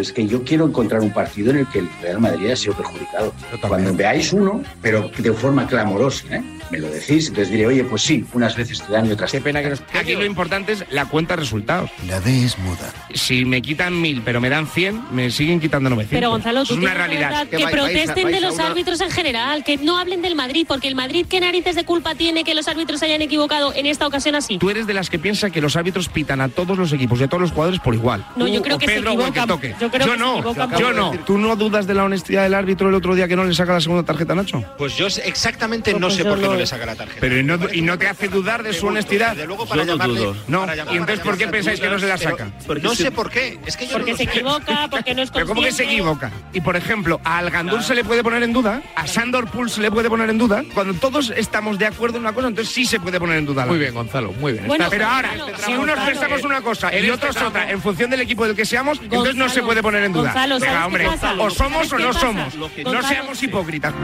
[SPEAKER 40] Es que yo quiero encontrar un partido en el que el Real Madrid ha sido perjudicado. Cuando veáis uno, pero de forma clamorosa, ¿eh? me lo decís, entonces diré, oye, pues sí, unas veces te dan y otras Qué pena que nos...
[SPEAKER 3] Aquí lo importante es la cuenta de resultados.
[SPEAKER 40] La D es muda.
[SPEAKER 3] Si me quitan mil, pero me dan 100, me siguen quitando 900.
[SPEAKER 41] Pero Gonzalo, tú
[SPEAKER 3] es una
[SPEAKER 41] tienes que
[SPEAKER 3] realidad.
[SPEAKER 41] verdad que, protesten de los árbitros en general, que no hablen del Madrid, porque el Madrid qué narices de culpa tiene que los árbitros se hayan equivocado en esta ocasión así.
[SPEAKER 3] Tú eres de las que piensa que los árbitros pitan a todos los equipos y a todos los jugadores por igual.
[SPEAKER 41] No, yo
[SPEAKER 3] Tú
[SPEAKER 41] creo
[SPEAKER 3] o
[SPEAKER 41] que se
[SPEAKER 3] Pedro o el que
[SPEAKER 41] equivocan.
[SPEAKER 3] toque.
[SPEAKER 41] Yo creo que se
[SPEAKER 3] no,
[SPEAKER 41] equivocan.
[SPEAKER 3] yo no. ¿Tú no dudas de la honestidad del árbitro el otro día que no le saca la segunda tarjeta a Nacho?
[SPEAKER 42] Pues yo exactamente no
[SPEAKER 3] Pues
[SPEAKER 42] sé
[SPEAKER 3] yo
[SPEAKER 42] por qué
[SPEAKER 3] lo-
[SPEAKER 42] no le saca la tarjeta.
[SPEAKER 3] Pero y no, y no te hace dudar de su honestidad.
[SPEAKER 42] Desde luego para llamarle-
[SPEAKER 3] No,
[SPEAKER 42] para llamar-
[SPEAKER 3] y entonces
[SPEAKER 42] para
[SPEAKER 3] ¿por qué
[SPEAKER 42] llamarle
[SPEAKER 3] pensáis que no se la
[SPEAKER 42] pero-
[SPEAKER 3] saca?
[SPEAKER 42] no sé por qué. Es que yo
[SPEAKER 41] Porque
[SPEAKER 42] no lo
[SPEAKER 41] se
[SPEAKER 42] sé.
[SPEAKER 41] equivoca, porque
[SPEAKER 4] Pues
[SPEAKER 41] no es
[SPEAKER 3] Pero ¿cómo que se
[SPEAKER 41] consciente.
[SPEAKER 3] equivoca? Y por ejemplo, a Algandur se le puede poner en duda, a Sandor Pool se le puede poner en duda. Cuando todos estamos de acuerdo en una cosa, entonces sí se puede poner en duda.
[SPEAKER 1] Muy bien, Gonzalo, muy bien.
[SPEAKER 3] Bueno,
[SPEAKER 1] Estás-
[SPEAKER 3] pero ahora, si unos
[SPEAKER 1] Gonzalo,
[SPEAKER 3] pensamos una cosa
[SPEAKER 1] en
[SPEAKER 3] y
[SPEAKER 1] este
[SPEAKER 3] otros
[SPEAKER 1] tramo-
[SPEAKER 3] otra, en función del equipo del que seamos, entonces no se puede poner en duda.
[SPEAKER 1] Gonzalo, ¿sabes
[SPEAKER 3] Venga,
[SPEAKER 1] qué
[SPEAKER 3] hombre,
[SPEAKER 1] pasa?
[SPEAKER 3] o somos
[SPEAKER 1] ¿Sabes
[SPEAKER 3] o
[SPEAKER 1] qué
[SPEAKER 3] no
[SPEAKER 1] pasa?
[SPEAKER 3] somos. No
[SPEAKER 1] Gonzalo-
[SPEAKER 3] seamos hipócritas.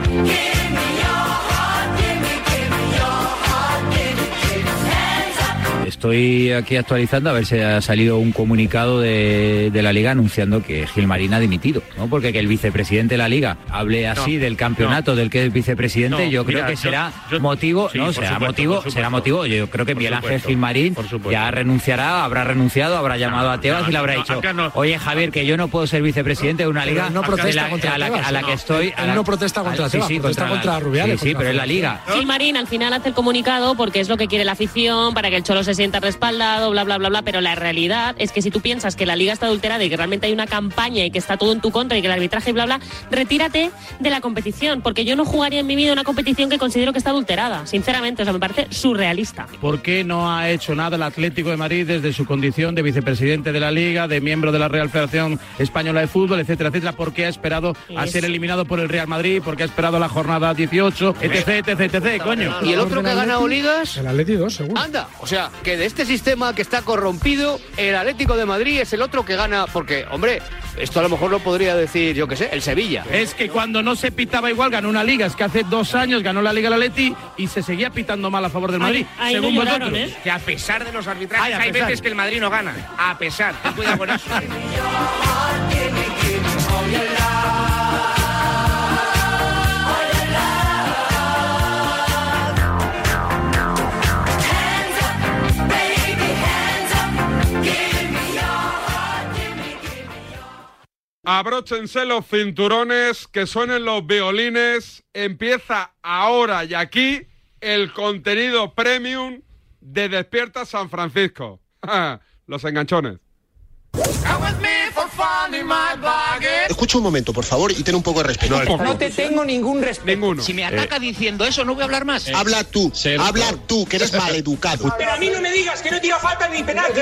[SPEAKER 21] Estoy aquí actualizando a ver si ha salido un comunicado de, de la liga anunciando que Gilmarín ha dimitido, ¿no? Porque que el vicepresidente de la liga hable así del campeonato del que es vicepresidente,
[SPEAKER 32] No,
[SPEAKER 21] yo creo
[SPEAKER 32] mira,
[SPEAKER 21] que
[SPEAKER 32] yo-
[SPEAKER 21] será
[SPEAKER 32] yo-
[SPEAKER 21] motivo,
[SPEAKER 32] sí,
[SPEAKER 21] no,
[SPEAKER 32] por
[SPEAKER 21] será
[SPEAKER 32] supuesto,
[SPEAKER 21] motivo,
[SPEAKER 32] por
[SPEAKER 21] será
[SPEAKER 32] supuesto.
[SPEAKER 21] motivo. Yo creo que
[SPEAKER 32] Por
[SPEAKER 21] Miguel Ángel
[SPEAKER 32] supuesto,
[SPEAKER 21] Gilmarín
[SPEAKER 32] por supuesto.
[SPEAKER 21] ya renunciará, habrá renunciado, habrá llamado a Tebas
[SPEAKER 32] no,
[SPEAKER 21] y le habrá
[SPEAKER 32] no,
[SPEAKER 21] dicho,
[SPEAKER 32] acá no.
[SPEAKER 21] oye Javier, que yo no puedo ser vicepresidente de una
[SPEAKER 32] Pero
[SPEAKER 21] liga
[SPEAKER 32] no protesta
[SPEAKER 21] de la-
[SPEAKER 32] contra
[SPEAKER 21] a la,
[SPEAKER 32] Tebas,
[SPEAKER 21] a la
[SPEAKER 32] no.
[SPEAKER 21] que estoy. a
[SPEAKER 32] Él
[SPEAKER 21] la-
[SPEAKER 32] no protesta
[SPEAKER 21] a-
[SPEAKER 32] contra
[SPEAKER 21] sí,
[SPEAKER 32] Tebas,
[SPEAKER 21] sí,
[SPEAKER 32] protesta
[SPEAKER 21] la-
[SPEAKER 32] contra Rubiales,
[SPEAKER 21] Sí, sí,
[SPEAKER 32] contra
[SPEAKER 21] pero es la
[SPEAKER 32] Rubiales.
[SPEAKER 21] liga.
[SPEAKER 41] Gilmarín al final hace el comunicado porque es lo que quiere la afición, para que el Cholo se sienta respaldado, bla, bla, bla, bla. Pero la realidad es que si tú piensas que la liga está adulterada y que realmente hay una campaña y que está todo en tu contra y que el arbitraje y bla, bla, retírate de la competición. Porque yo no jugaría en mi vida una competición que considero que está adulterada. Sinceramente, o sea, me parece surrealista.
[SPEAKER 32] ¿Por qué no ha hecho nada el Atlético de Madrid desde su condición de vicepresidente de la Liga, de miembro de la Real Federación Española de Fútbol, etcétera, etcétera? ¿Por qué ha esperado a
[SPEAKER 18] Eso.
[SPEAKER 32] ser eliminado por el Real Madrid? ¿Por qué ha esperado a la jornada 18, etc, etc, etc, coño?
[SPEAKER 18] ¿Y el otro que ha ganado ligas?
[SPEAKER 43] El Atleti 2, seguro.
[SPEAKER 18] Anda, o sea, que
[SPEAKER 22] de este sistema que está corrompido, el Atlético de Madrid es el otro que gana. Porque, hombre, esto a lo mejor lo podría decir, yo qué sé, el Sevilla.
[SPEAKER 44] Es que cuando no se pitaba igual ganó una liga. Es que hace dos años ganó la Liga el Atleti y se seguía pitando mal a favor del Madrid.
[SPEAKER 45] ahí
[SPEAKER 44] según
[SPEAKER 45] no lloraron,
[SPEAKER 18] ¿eh?
[SPEAKER 44] vosotros.
[SPEAKER 45] Que a pesar de los arbitrajes,
[SPEAKER 44] Ay, a
[SPEAKER 45] hay
[SPEAKER 44] pesar.
[SPEAKER 45] veces que el Madrid no gana. A pesar. Ten cuidado con eso.
[SPEAKER 1] Abróchense los cinturones, que suenen los violines. Empieza ahora y aquí el contenido premium de Despierta San Francisco. los enganchones.
[SPEAKER 4] Escucha un momento, por favor, y ten un poco de respeto.
[SPEAKER 3] te tengo ningún respeto.
[SPEAKER 4] Si
[SPEAKER 32] Eh,
[SPEAKER 4] me
[SPEAKER 3] ataca
[SPEAKER 4] diciendo eso, no voy a hablar más. Habla tú, habla tú, que eres maleducado.
[SPEAKER 3] Pero a mí no me digas que no tira falta ni penal.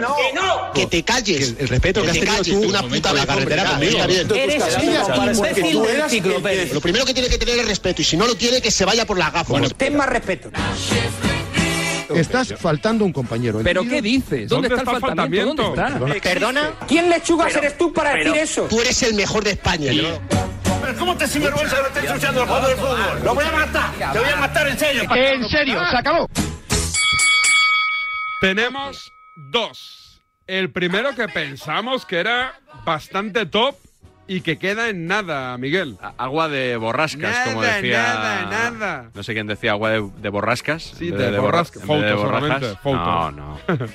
[SPEAKER 4] no.
[SPEAKER 3] Que eh, no.
[SPEAKER 4] Que te calles. El, respeto
[SPEAKER 3] que has tenido tú
[SPEAKER 4] una puta
[SPEAKER 3] en la
[SPEAKER 4] vez,
[SPEAKER 3] carretera
[SPEAKER 4] hombre,
[SPEAKER 3] conmigo.
[SPEAKER 4] está bien.
[SPEAKER 3] Eres
[SPEAKER 4] Entonces,
[SPEAKER 3] un
[SPEAKER 4] escucha,
[SPEAKER 3] imbécil
[SPEAKER 4] porque tú
[SPEAKER 3] del
[SPEAKER 4] eres
[SPEAKER 3] ciclo,
[SPEAKER 4] el que-
[SPEAKER 3] Pérez.
[SPEAKER 4] Lo primero que tiene que tener es respeto y si no lo tiene que se vaya por las gafas. ten más respeto. Estás faltando un compañero. ¿eh? dices? ¿Dónde ¿Dónde está el está el faltamiento? faltamiento? ¿Dónde está? ¿Perdona?
[SPEAKER 3] ¿Quién lechugas
[SPEAKER 4] Pero-
[SPEAKER 3] eres tú para
[SPEAKER 4] pero-
[SPEAKER 3] decir eso?
[SPEAKER 4] Tú eres el mejor de España.
[SPEAKER 3] Pero ¿cómo te sinvergüenza lo estás ensuciando el juego del fútbol? Lo voy a matar. Te voy a matar en serio.
[SPEAKER 4] En serio, se acabó.
[SPEAKER 1] Tenemos dos. El primero que pensamos que era bastante top y que queda en nada, Miguel.
[SPEAKER 2] Agua de borrascas, como
[SPEAKER 1] Nada,
[SPEAKER 2] decía.
[SPEAKER 1] nada, nada.
[SPEAKER 2] No sé quién decía agua de, de borrascas.
[SPEAKER 1] Sí,
[SPEAKER 2] en
[SPEAKER 1] de
[SPEAKER 2] vez borra-
[SPEAKER 1] borrasca-
[SPEAKER 2] en vez de
[SPEAKER 1] fotos
[SPEAKER 2] borrajas.
[SPEAKER 1] solamente, fotos.
[SPEAKER 2] No, no.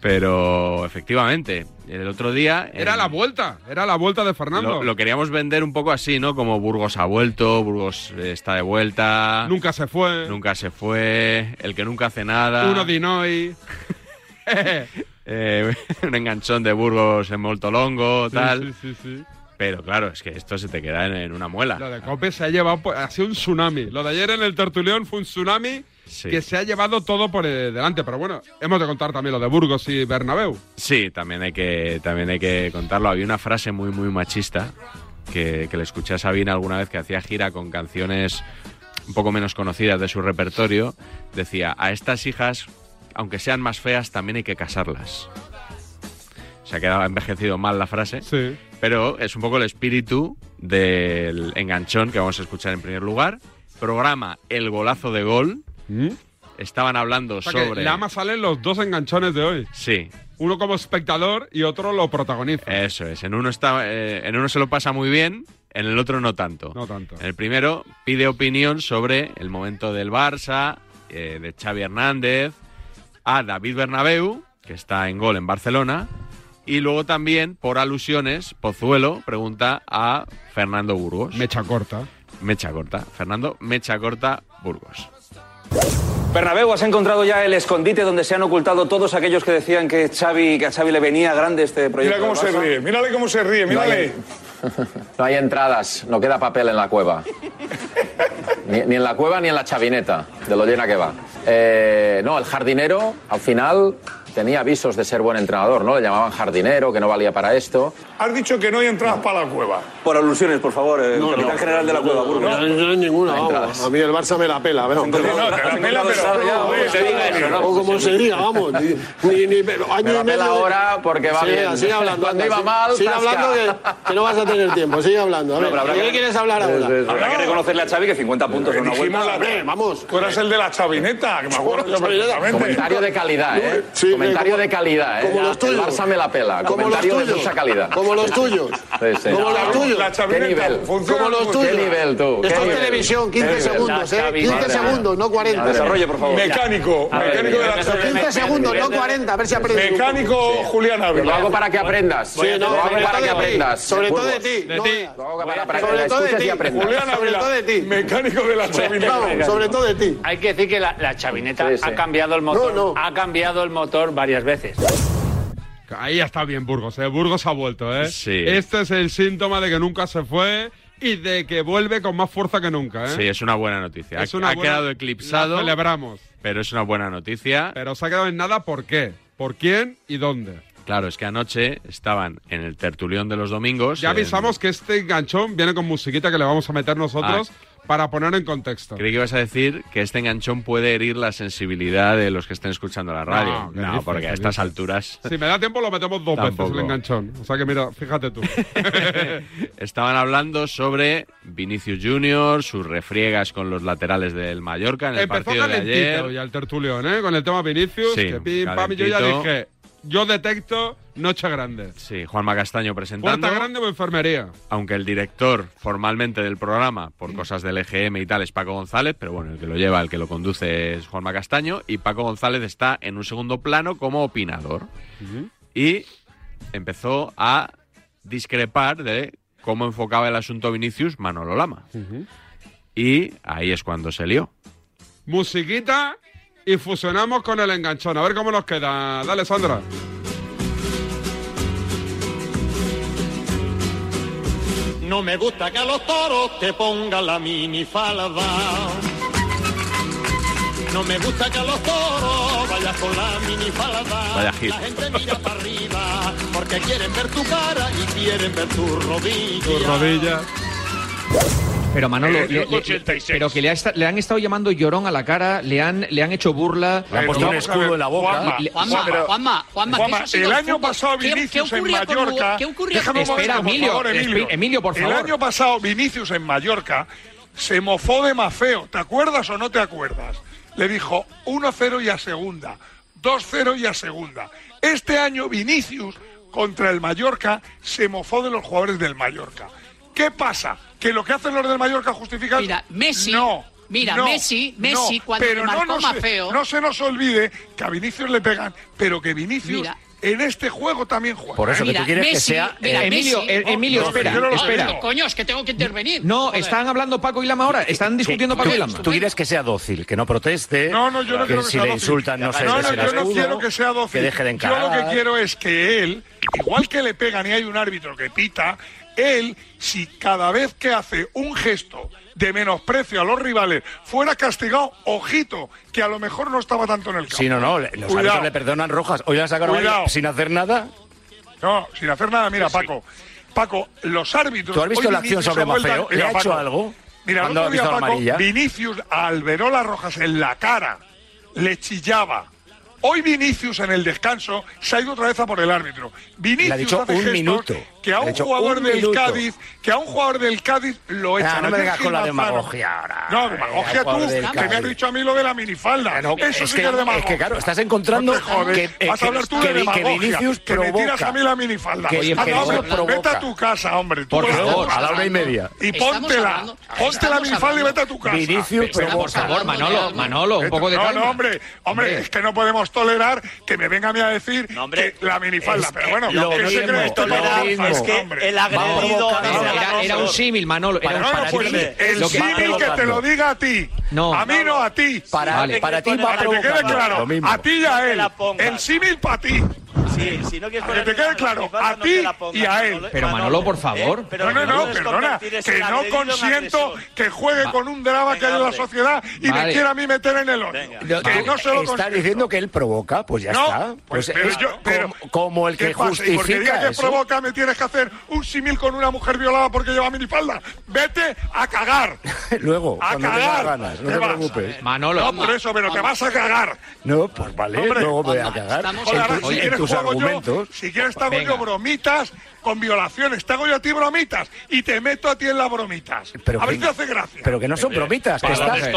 [SPEAKER 2] Pero efectivamente, el otro día.
[SPEAKER 1] Era
[SPEAKER 2] en-
[SPEAKER 1] la vuelta, era la vuelta de Fernando.
[SPEAKER 2] Lo, lo queríamos vender un poco así, ¿no? Como Burgos ha vuelto, Burgos eh, está de vuelta.
[SPEAKER 1] Nunca se fue.
[SPEAKER 2] Nunca se fue. El que nunca hace nada.
[SPEAKER 1] Uno Dinoy.
[SPEAKER 2] Eh, un enganchón de Burgos en Moltolongo,
[SPEAKER 1] Sí, sí,
[SPEAKER 2] tal.
[SPEAKER 1] sí, sí.
[SPEAKER 2] Pero claro, es que esto se te queda en, en una
[SPEAKER 1] Lo
[SPEAKER 2] muela.
[SPEAKER 1] de Cope se ha llevado, por- ha sido un tsunami. Lo de ayer en el Tertulión fue un tsunami
[SPEAKER 2] Sí.
[SPEAKER 1] que se ha llevado todo por eh, delante. Pero bueno, hemos de contar también lo de Burgos y Bernabéu.
[SPEAKER 2] Sí, también hay que, también hay que contarlo. Había una frase muy, muy machista que, que le escuché a Sabina alguna vez que hacía gira con canciones un poco menos conocidas de su repertorio. Decía, a estas hijas, aunque sean más feas, también hay que casarlas. Se ha quedado envejecido mal la frase. Pero es un poco el espíritu del enganchón que vamos a escuchar en primer lugar. Programa El Golazo de Gol. Estaban hablando
[SPEAKER 1] O sea que
[SPEAKER 2] sobre...
[SPEAKER 1] Lama salen los dos enganchones de hoy.
[SPEAKER 2] Sí.
[SPEAKER 1] Uno como espectador y otro lo protagoniza.
[SPEAKER 2] Eso es. En uno, está, eh, en uno se lo pasa muy bien, en el otro no tanto.
[SPEAKER 1] No tanto.
[SPEAKER 2] En el primero pide opinión sobre el momento del Barça, eh, de Xavi Hernández, a David Bernabeu, que está en gol en Barcelona. Y luego también, por alusiones, Pozuelo pregunta a Fernando Burgos.
[SPEAKER 1] Mecha corta.
[SPEAKER 2] Mecha corta. Fernando Mecha corta Burgos.
[SPEAKER 3] Bernabéu, ¿has encontrado ya el escondite donde se han ocultado todos aquellos que decían que, Xavi, que a Xavi le venía grande este proyecto?
[SPEAKER 18] Mira cómo se
[SPEAKER 3] del Barça?
[SPEAKER 18] ríe, mírale cómo se ríe,
[SPEAKER 3] No hay-
[SPEAKER 18] mírale.
[SPEAKER 46] No hay entradas, no queda papel en la cueva. Ni, ni en la cueva ni en la chavineta, de lo llena que va. Eh, no, el jardinero al final tenía avisos de ser buen entrenador, ¿no? Le llamaban jardinero, que no valía para esto.
[SPEAKER 18] Has dicho que no hay entradas para la cueva.
[SPEAKER 3] Por alusiones, por favor, el
[SPEAKER 46] No,
[SPEAKER 3] capitán
[SPEAKER 46] no.
[SPEAKER 3] general de la cueva, Burgos.
[SPEAKER 46] No,
[SPEAKER 18] hay ninguna,
[SPEAKER 3] vamos.
[SPEAKER 18] A mí el Barça me la pela, pero... No, te la pela, pero... no, O como se diga, vamos. Ni, ni, pero año
[SPEAKER 46] Me la
[SPEAKER 18] y medio...
[SPEAKER 46] pela
[SPEAKER 18] de-
[SPEAKER 46] ahora porque va
[SPEAKER 18] Sigue-
[SPEAKER 46] bien.
[SPEAKER 18] Sigue hablando.
[SPEAKER 46] Cuando
[SPEAKER 18] anda,
[SPEAKER 46] iba
[SPEAKER 18] sigue-
[SPEAKER 46] mal,
[SPEAKER 18] Sigue
[SPEAKER 46] tasca.
[SPEAKER 18] hablando que, que no vas a tener tiempo. Sigue hablando. A
[SPEAKER 3] No,
[SPEAKER 18] ver,
[SPEAKER 3] pero habrá
[SPEAKER 18] ¿de
[SPEAKER 3] que-
[SPEAKER 18] qué quieres hablar ahora?
[SPEAKER 3] Habrá que reconocerle a Xavi que 50 puntos en una vuelta.
[SPEAKER 18] Dijimos la B, vamos. Tú eras el de la chavineta, que me acuerdo yo perfectamente.
[SPEAKER 46] Comentario de calidad, ¿eh?
[SPEAKER 18] Sí,
[SPEAKER 46] Comentario
[SPEAKER 18] como-
[SPEAKER 46] de calidad, ¿eh?
[SPEAKER 18] como los
[SPEAKER 46] El
[SPEAKER 18] tuyos.
[SPEAKER 46] Barça me la pela.
[SPEAKER 18] Como los
[SPEAKER 46] Comentario de
[SPEAKER 18] tuyos.
[SPEAKER 46] mucha calidad.
[SPEAKER 18] Como los tuyos.
[SPEAKER 46] Sí, sí. Ah,
[SPEAKER 18] Como los tuyos.
[SPEAKER 46] ¿Qué nivel?
[SPEAKER 18] Como los tuyos.
[SPEAKER 46] ¿Qué nivel tú? ¿Qué
[SPEAKER 18] Esto es
[SPEAKER 46] nivel?
[SPEAKER 18] televisión, 15
[SPEAKER 46] ¿Qué nivel?
[SPEAKER 18] segundos, ¿eh? 15
[SPEAKER 46] Madre mía.
[SPEAKER 18] segundos, no 40.
[SPEAKER 46] Desarrolle, por favor.
[SPEAKER 18] Mecánico,
[SPEAKER 46] A ver,
[SPEAKER 18] mecánico de la
[SPEAKER 46] me-
[SPEAKER 18] chavineta. 15 segundos, no 40, a ver si aprendes. Mecánico Julián
[SPEAKER 46] Ávila. Lo hago para que aprendas.
[SPEAKER 18] Sí, no,
[SPEAKER 46] Lo hago
[SPEAKER 18] sobre
[SPEAKER 46] para
[SPEAKER 18] todo
[SPEAKER 46] que
[SPEAKER 18] de ti,
[SPEAKER 46] aprendas.
[SPEAKER 18] Sobre todo de
[SPEAKER 46] Burgos.
[SPEAKER 18] ti. no de-
[SPEAKER 46] para que
[SPEAKER 18] Sobre
[SPEAKER 46] la
[SPEAKER 18] todo de
[SPEAKER 46] escuches
[SPEAKER 18] ti.
[SPEAKER 46] y aprendas.
[SPEAKER 18] Julián Ávila. Sobre todo de ti. Mecánico de la chavineta. Sobre todo de ti.
[SPEAKER 46] Hay que decir que la, la chavineta
[SPEAKER 18] Sí, sí.
[SPEAKER 46] ha cambiado el motor. Ha cambiado el motor varias veces.
[SPEAKER 1] Ahí está bien Burgos, ¿eh? Burgos ha vuelto, ¿eh?
[SPEAKER 2] Sí.
[SPEAKER 1] Este es el síntoma de que nunca se fue y de que vuelve con más fuerza que nunca, ¿eh?
[SPEAKER 2] Sí, es una buena noticia.
[SPEAKER 1] Es
[SPEAKER 2] ha
[SPEAKER 1] una
[SPEAKER 2] ha
[SPEAKER 1] buena-
[SPEAKER 2] quedado eclipsado.
[SPEAKER 1] la celebramos.
[SPEAKER 2] Pero es una buena noticia.
[SPEAKER 1] Pero se ha quedado en nada, ¿por qué? ¿Por quién y dónde?
[SPEAKER 2] Claro, es que anoche estaban en el tertulión de los domingos.
[SPEAKER 1] Ya
[SPEAKER 2] en- Ah.
[SPEAKER 1] avisamos que este enganchón viene con musiquita que le vamos a meter nosotros para poner en contexto.
[SPEAKER 2] Creí que ibas a decir que este enganchón puede herir la sensibilidad de los que estén escuchando la radio.
[SPEAKER 1] No, ¿qué
[SPEAKER 2] No,
[SPEAKER 1] dices?
[SPEAKER 2] porque a
[SPEAKER 1] ¿Qué
[SPEAKER 2] estas
[SPEAKER 1] dices?
[SPEAKER 2] alturas
[SPEAKER 1] Si me da tiempo lo metemos dos veces
[SPEAKER 2] Tampoco.
[SPEAKER 1] el enganchón. O sea que mira, fíjate tú.
[SPEAKER 2] estaban hablando sobre Vinicius Junior, sus refriegas con los laterales del Mallorca en el
[SPEAKER 1] Eh, Empezó
[SPEAKER 2] partido de
[SPEAKER 1] calentito
[SPEAKER 2] ayer.
[SPEAKER 1] ya el tertulión, ¿eh? Con el tema Vinicius,
[SPEAKER 2] Sí,
[SPEAKER 1] que pim, pam, y yo ya
[SPEAKER 2] calentito.
[SPEAKER 1] dije, yo detecto noche grande.
[SPEAKER 2] Sí, Juanma Castaño presentando.
[SPEAKER 1] Puerta grande o enfermería.
[SPEAKER 2] aunque el director formalmente del programa, por cosas del EGM y tal, es Paco González, pero bueno, el que lo lleva, el que lo conduce es Juanma Castaño, y Paco González está en un segundo plano como opinador. Y empezó a discrepar de cómo enfocaba el asunto Vinicius Manolo Lama. Y ahí es cuando se lió.
[SPEAKER 1] Musiquita y fusionamos con el enganchón. A ver cómo nos queda. Dale, Sandra.
[SPEAKER 46] No me gusta que a los toros te pongan la minifalda. No me gusta que a los toros vayas con la minifalda.
[SPEAKER 2] Vaya hit.
[SPEAKER 46] La gente mira para arriba porque quieren ver tu cara y quieren ver tu rodilla.
[SPEAKER 1] Tu rodilla.
[SPEAKER 3] Pero Manolo,
[SPEAKER 46] Eh,
[SPEAKER 3] le- le-
[SPEAKER 46] 86.
[SPEAKER 3] pero que le, ha esta- le han estado llamando llorón a la cara, le han, le han hecho burla,
[SPEAKER 18] Le han puesto un
[SPEAKER 3] no,
[SPEAKER 18] escudo
[SPEAKER 3] vamos a
[SPEAKER 18] en la
[SPEAKER 3] ver,
[SPEAKER 18] boca.
[SPEAKER 3] y le-
[SPEAKER 18] Juanma, Pero- Juanma, Juanma, que Juanma, eso ha sido el año fútbol. pasado ¿Qué- Vinicius qué en ocurría con Hugo- Mallorca- qué ocurría con- Déjame un
[SPEAKER 3] Espera,
[SPEAKER 18] momento,
[SPEAKER 3] Emilio,
[SPEAKER 18] por favor,
[SPEAKER 3] espe-
[SPEAKER 18] Emilio.
[SPEAKER 3] Emilio, por
[SPEAKER 18] El
[SPEAKER 3] favor.
[SPEAKER 18] año pasado, Vinicius en Mallorca se mofó de Mafeo. ¿Te acuerdas o no te acuerdas? Le dijo 1-0 y a segunda, 2-0 y a segunda. Este año, Vinicius contra el Mallorca se mofó de los jugadores del Mallorca. ¿Qué pasa? ¿Que lo que hacen los del Mallorca justifica? Mira,
[SPEAKER 21] Messi-
[SPEAKER 18] No.
[SPEAKER 21] mira,
[SPEAKER 18] no,
[SPEAKER 21] Messi-
[SPEAKER 18] no,
[SPEAKER 21] Messi, cuando
[SPEAKER 18] pero
[SPEAKER 21] le
[SPEAKER 18] no
[SPEAKER 21] marcó
[SPEAKER 18] nos-
[SPEAKER 21] Mafeo-
[SPEAKER 18] No se nos olvide que a Vinicius le pegan, pero que Vinicius
[SPEAKER 21] Mira.
[SPEAKER 18] en este juego también juega.
[SPEAKER 3] Por eso que Mira, tú quieres que Messi- sea, mira, eh, Messi- Emilio, eh, Emilio, espera, espera.
[SPEAKER 21] Coño, es que tengo que intervenir.
[SPEAKER 3] No, están hablando Paco y Lama ahora, están discutiendo Paco y Lama.
[SPEAKER 16] Tú quieres que sea dócil, que no proteste.
[SPEAKER 18] No, no, yo no
[SPEAKER 16] que
[SPEAKER 18] quiero que
[SPEAKER 16] si
[SPEAKER 18] sea
[SPEAKER 16] le
[SPEAKER 18] dócil.
[SPEAKER 16] insultan no se
[SPEAKER 18] No, no,
[SPEAKER 16] les
[SPEAKER 18] yo no
[SPEAKER 16] escudo,
[SPEAKER 18] quiero que sea dócil.
[SPEAKER 16] Que deje de encarar.
[SPEAKER 18] Yo lo que quiero es que él, igual que le pegan y hay un árbitro que pita, él, si cada vez que hace un gesto de menosprecio a los rivales fuera castigado, ojito, que a lo mejor no estaba tanto en el campo.
[SPEAKER 16] Sí, no, no, le- los
[SPEAKER 18] Cuidado.
[SPEAKER 16] árbitros le perdonan rojas. Hoy la han sacado
[SPEAKER 18] Cuidado.
[SPEAKER 16] varias sin hacer nada.
[SPEAKER 18] No, sin hacer nada, mira, Paco. Paco, los árbitros.
[SPEAKER 16] ¿Tú has visto
[SPEAKER 18] hoy
[SPEAKER 16] la acción
[SPEAKER 18] Vinicius
[SPEAKER 16] sobre
[SPEAKER 18] se vuelve-
[SPEAKER 16] Mafeo? ¿Le
[SPEAKER 18] Mira,
[SPEAKER 16] ha hecho
[SPEAKER 18] Paco,
[SPEAKER 16] algo?
[SPEAKER 18] Mira, el
[SPEAKER 16] ¿Cuándo
[SPEAKER 18] otro
[SPEAKER 16] ha
[SPEAKER 18] día,
[SPEAKER 16] visto la
[SPEAKER 18] Paco,
[SPEAKER 16] amarilla?
[SPEAKER 18] Vinicius a Alberola Rojas en la cara le chillaba. Hoy Vinicius en el descanso se ha ido otra vez a por el árbitro. Vinicius
[SPEAKER 16] Le ha dicho
[SPEAKER 18] hace
[SPEAKER 16] un
[SPEAKER 18] gestos
[SPEAKER 16] minuto.
[SPEAKER 18] que a
[SPEAKER 16] Le ha
[SPEAKER 18] un
[SPEAKER 16] dicho
[SPEAKER 18] jugador
[SPEAKER 16] un
[SPEAKER 18] del
[SPEAKER 16] minuto.
[SPEAKER 18] Cádiz, que a un jugador del Cádiz lo
[SPEAKER 16] Ah,
[SPEAKER 18] echan.
[SPEAKER 16] no me
[SPEAKER 18] Ayer
[SPEAKER 16] vengas con la
[SPEAKER 18] Gil Manzano-
[SPEAKER 16] demagogia ahora.
[SPEAKER 18] No,
[SPEAKER 16] Eh,
[SPEAKER 18] demagogia
[SPEAKER 16] al
[SPEAKER 18] tú,
[SPEAKER 16] jugador del
[SPEAKER 18] que me has
[SPEAKER 16] Cádiz.
[SPEAKER 18] dicho a mí lo de la minifalda.
[SPEAKER 16] Ah, no,
[SPEAKER 18] Eso
[SPEAKER 16] es
[SPEAKER 18] sí
[SPEAKER 16] que-
[SPEAKER 18] que es demagogia.
[SPEAKER 16] es que, claro, estás encontrando
[SPEAKER 18] No te jodes.
[SPEAKER 16] que- eh,
[SPEAKER 18] Vas a
[SPEAKER 16] que-
[SPEAKER 18] hablar tú
[SPEAKER 16] que
[SPEAKER 18] de
[SPEAKER 16] vi- que
[SPEAKER 18] demagogia,
[SPEAKER 16] Vinicius
[SPEAKER 18] que me tiras
[SPEAKER 16] provoca.
[SPEAKER 18] a mí la minifalda.
[SPEAKER 16] Que-
[SPEAKER 18] Oye,
[SPEAKER 16] que
[SPEAKER 18] Anda, hombre,
[SPEAKER 16] Vinicius provoca.
[SPEAKER 18] vete a tu casa, hombre. tú
[SPEAKER 16] Por
[SPEAKER 18] vete
[SPEAKER 16] favor,
[SPEAKER 18] tu casa.
[SPEAKER 16] a la hora y media.
[SPEAKER 18] Y
[SPEAKER 16] Estamos
[SPEAKER 18] póntela.
[SPEAKER 16] hablando-
[SPEAKER 18] Ponte la
[SPEAKER 16] estamos
[SPEAKER 18] minifalda y
[SPEAKER 16] hablando-
[SPEAKER 18] vete a tu casa.
[SPEAKER 16] Vinicius Pero estamos provoca. hablando de
[SPEAKER 3] Manolo,
[SPEAKER 16] algo.
[SPEAKER 3] Manolo, un poco de
[SPEAKER 18] no,
[SPEAKER 3] calma.
[SPEAKER 18] No, hombre, hombre,
[SPEAKER 3] Hombre.
[SPEAKER 18] es que no podemos tolerar que me venga a mí a decir que la minifalda.
[SPEAKER 3] Es
[SPEAKER 18] Pero
[SPEAKER 3] que
[SPEAKER 18] bueno,
[SPEAKER 3] lo
[SPEAKER 18] ¿qué se
[SPEAKER 3] mismo,
[SPEAKER 18] cree este
[SPEAKER 3] lo
[SPEAKER 18] pavo?
[SPEAKER 3] mismo. Es que
[SPEAKER 18] Hombre.
[SPEAKER 3] el agredido-
[SPEAKER 18] Va a provocar.
[SPEAKER 3] Era- era un símil, Manolo, era
[SPEAKER 18] Para-
[SPEAKER 3] un-
[SPEAKER 18] no, no,
[SPEAKER 3] para
[SPEAKER 18] pues,
[SPEAKER 3] ti-
[SPEAKER 18] El
[SPEAKER 3] lo que va
[SPEAKER 18] símil que te lo
[SPEAKER 3] provocando.
[SPEAKER 18] diga a ti.
[SPEAKER 3] No.
[SPEAKER 18] A mí no, a ti.
[SPEAKER 3] Para- Vale. para ti va
[SPEAKER 18] Para que te quede
[SPEAKER 3] provocando.
[SPEAKER 18] claro.
[SPEAKER 3] Lo mismo.
[SPEAKER 18] A ti y a él. El símil para ti. Sí, si no quieres que te quede claro, a ti y a él.
[SPEAKER 3] Pero Manolo, ¿eh? por favor.
[SPEAKER 18] No, no, no, perdona, que no consiento que juegue
[SPEAKER 3] Va-
[SPEAKER 18] con un drama que hay en la sociedad y me
[SPEAKER 16] Vale.
[SPEAKER 18] quiera a mí meter en el hoyo.
[SPEAKER 16] Lo-
[SPEAKER 18] Que
[SPEAKER 16] tú
[SPEAKER 18] no se lo
[SPEAKER 16] estás
[SPEAKER 18] consiento.
[SPEAKER 16] diciendo que él provoca, pues ya
[SPEAKER 18] No,
[SPEAKER 16] está.
[SPEAKER 18] pues,
[SPEAKER 16] Pues
[SPEAKER 18] pero
[SPEAKER 16] es
[SPEAKER 18] yo- pero-
[SPEAKER 16] como, como el
[SPEAKER 18] ¿Qué
[SPEAKER 16] que
[SPEAKER 18] pasa? Y porque digas
[SPEAKER 16] justifica
[SPEAKER 18] que
[SPEAKER 16] eso.
[SPEAKER 18] provoca, me tienes que hacer un símil con una mujer violada porque lleva minifalda. Vete a cagar.
[SPEAKER 16] Luego,
[SPEAKER 18] A
[SPEAKER 16] cuando
[SPEAKER 18] cagar.
[SPEAKER 16] tengas ganas, no
[SPEAKER 18] Te
[SPEAKER 16] te
[SPEAKER 18] vas.
[SPEAKER 16] preocupes.
[SPEAKER 18] No, por eso, pero te vas a cagar.
[SPEAKER 16] No, pues vale,
[SPEAKER 18] Hombre,
[SPEAKER 16] luego me voy a
[SPEAKER 18] Juanma,
[SPEAKER 16] cagar.
[SPEAKER 18] estamos-
[SPEAKER 16] En,
[SPEAKER 18] Ahora,
[SPEAKER 16] tu-
[SPEAKER 18] si
[SPEAKER 16] en
[SPEAKER 18] quieres
[SPEAKER 16] tus
[SPEAKER 18] juego yo,
[SPEAKER 16] argumentos.
[SPEAKER 18] si quieres te hago
[SPEAKER 16] Venga.
[SPEAKER 18] yo bromitas con violaciones, te hago yo a ti bromitas y te meto a ti en las bromitas.
[SPEAKER 16] Pero
[SPEAKER 18] a ver si
[SPEAKER 16] que-
[SPEAKER 18] te hace gracia.
[SPEAKER 16] Pero que no son bromitas, que estás
[SPEAKER 18] no, esa es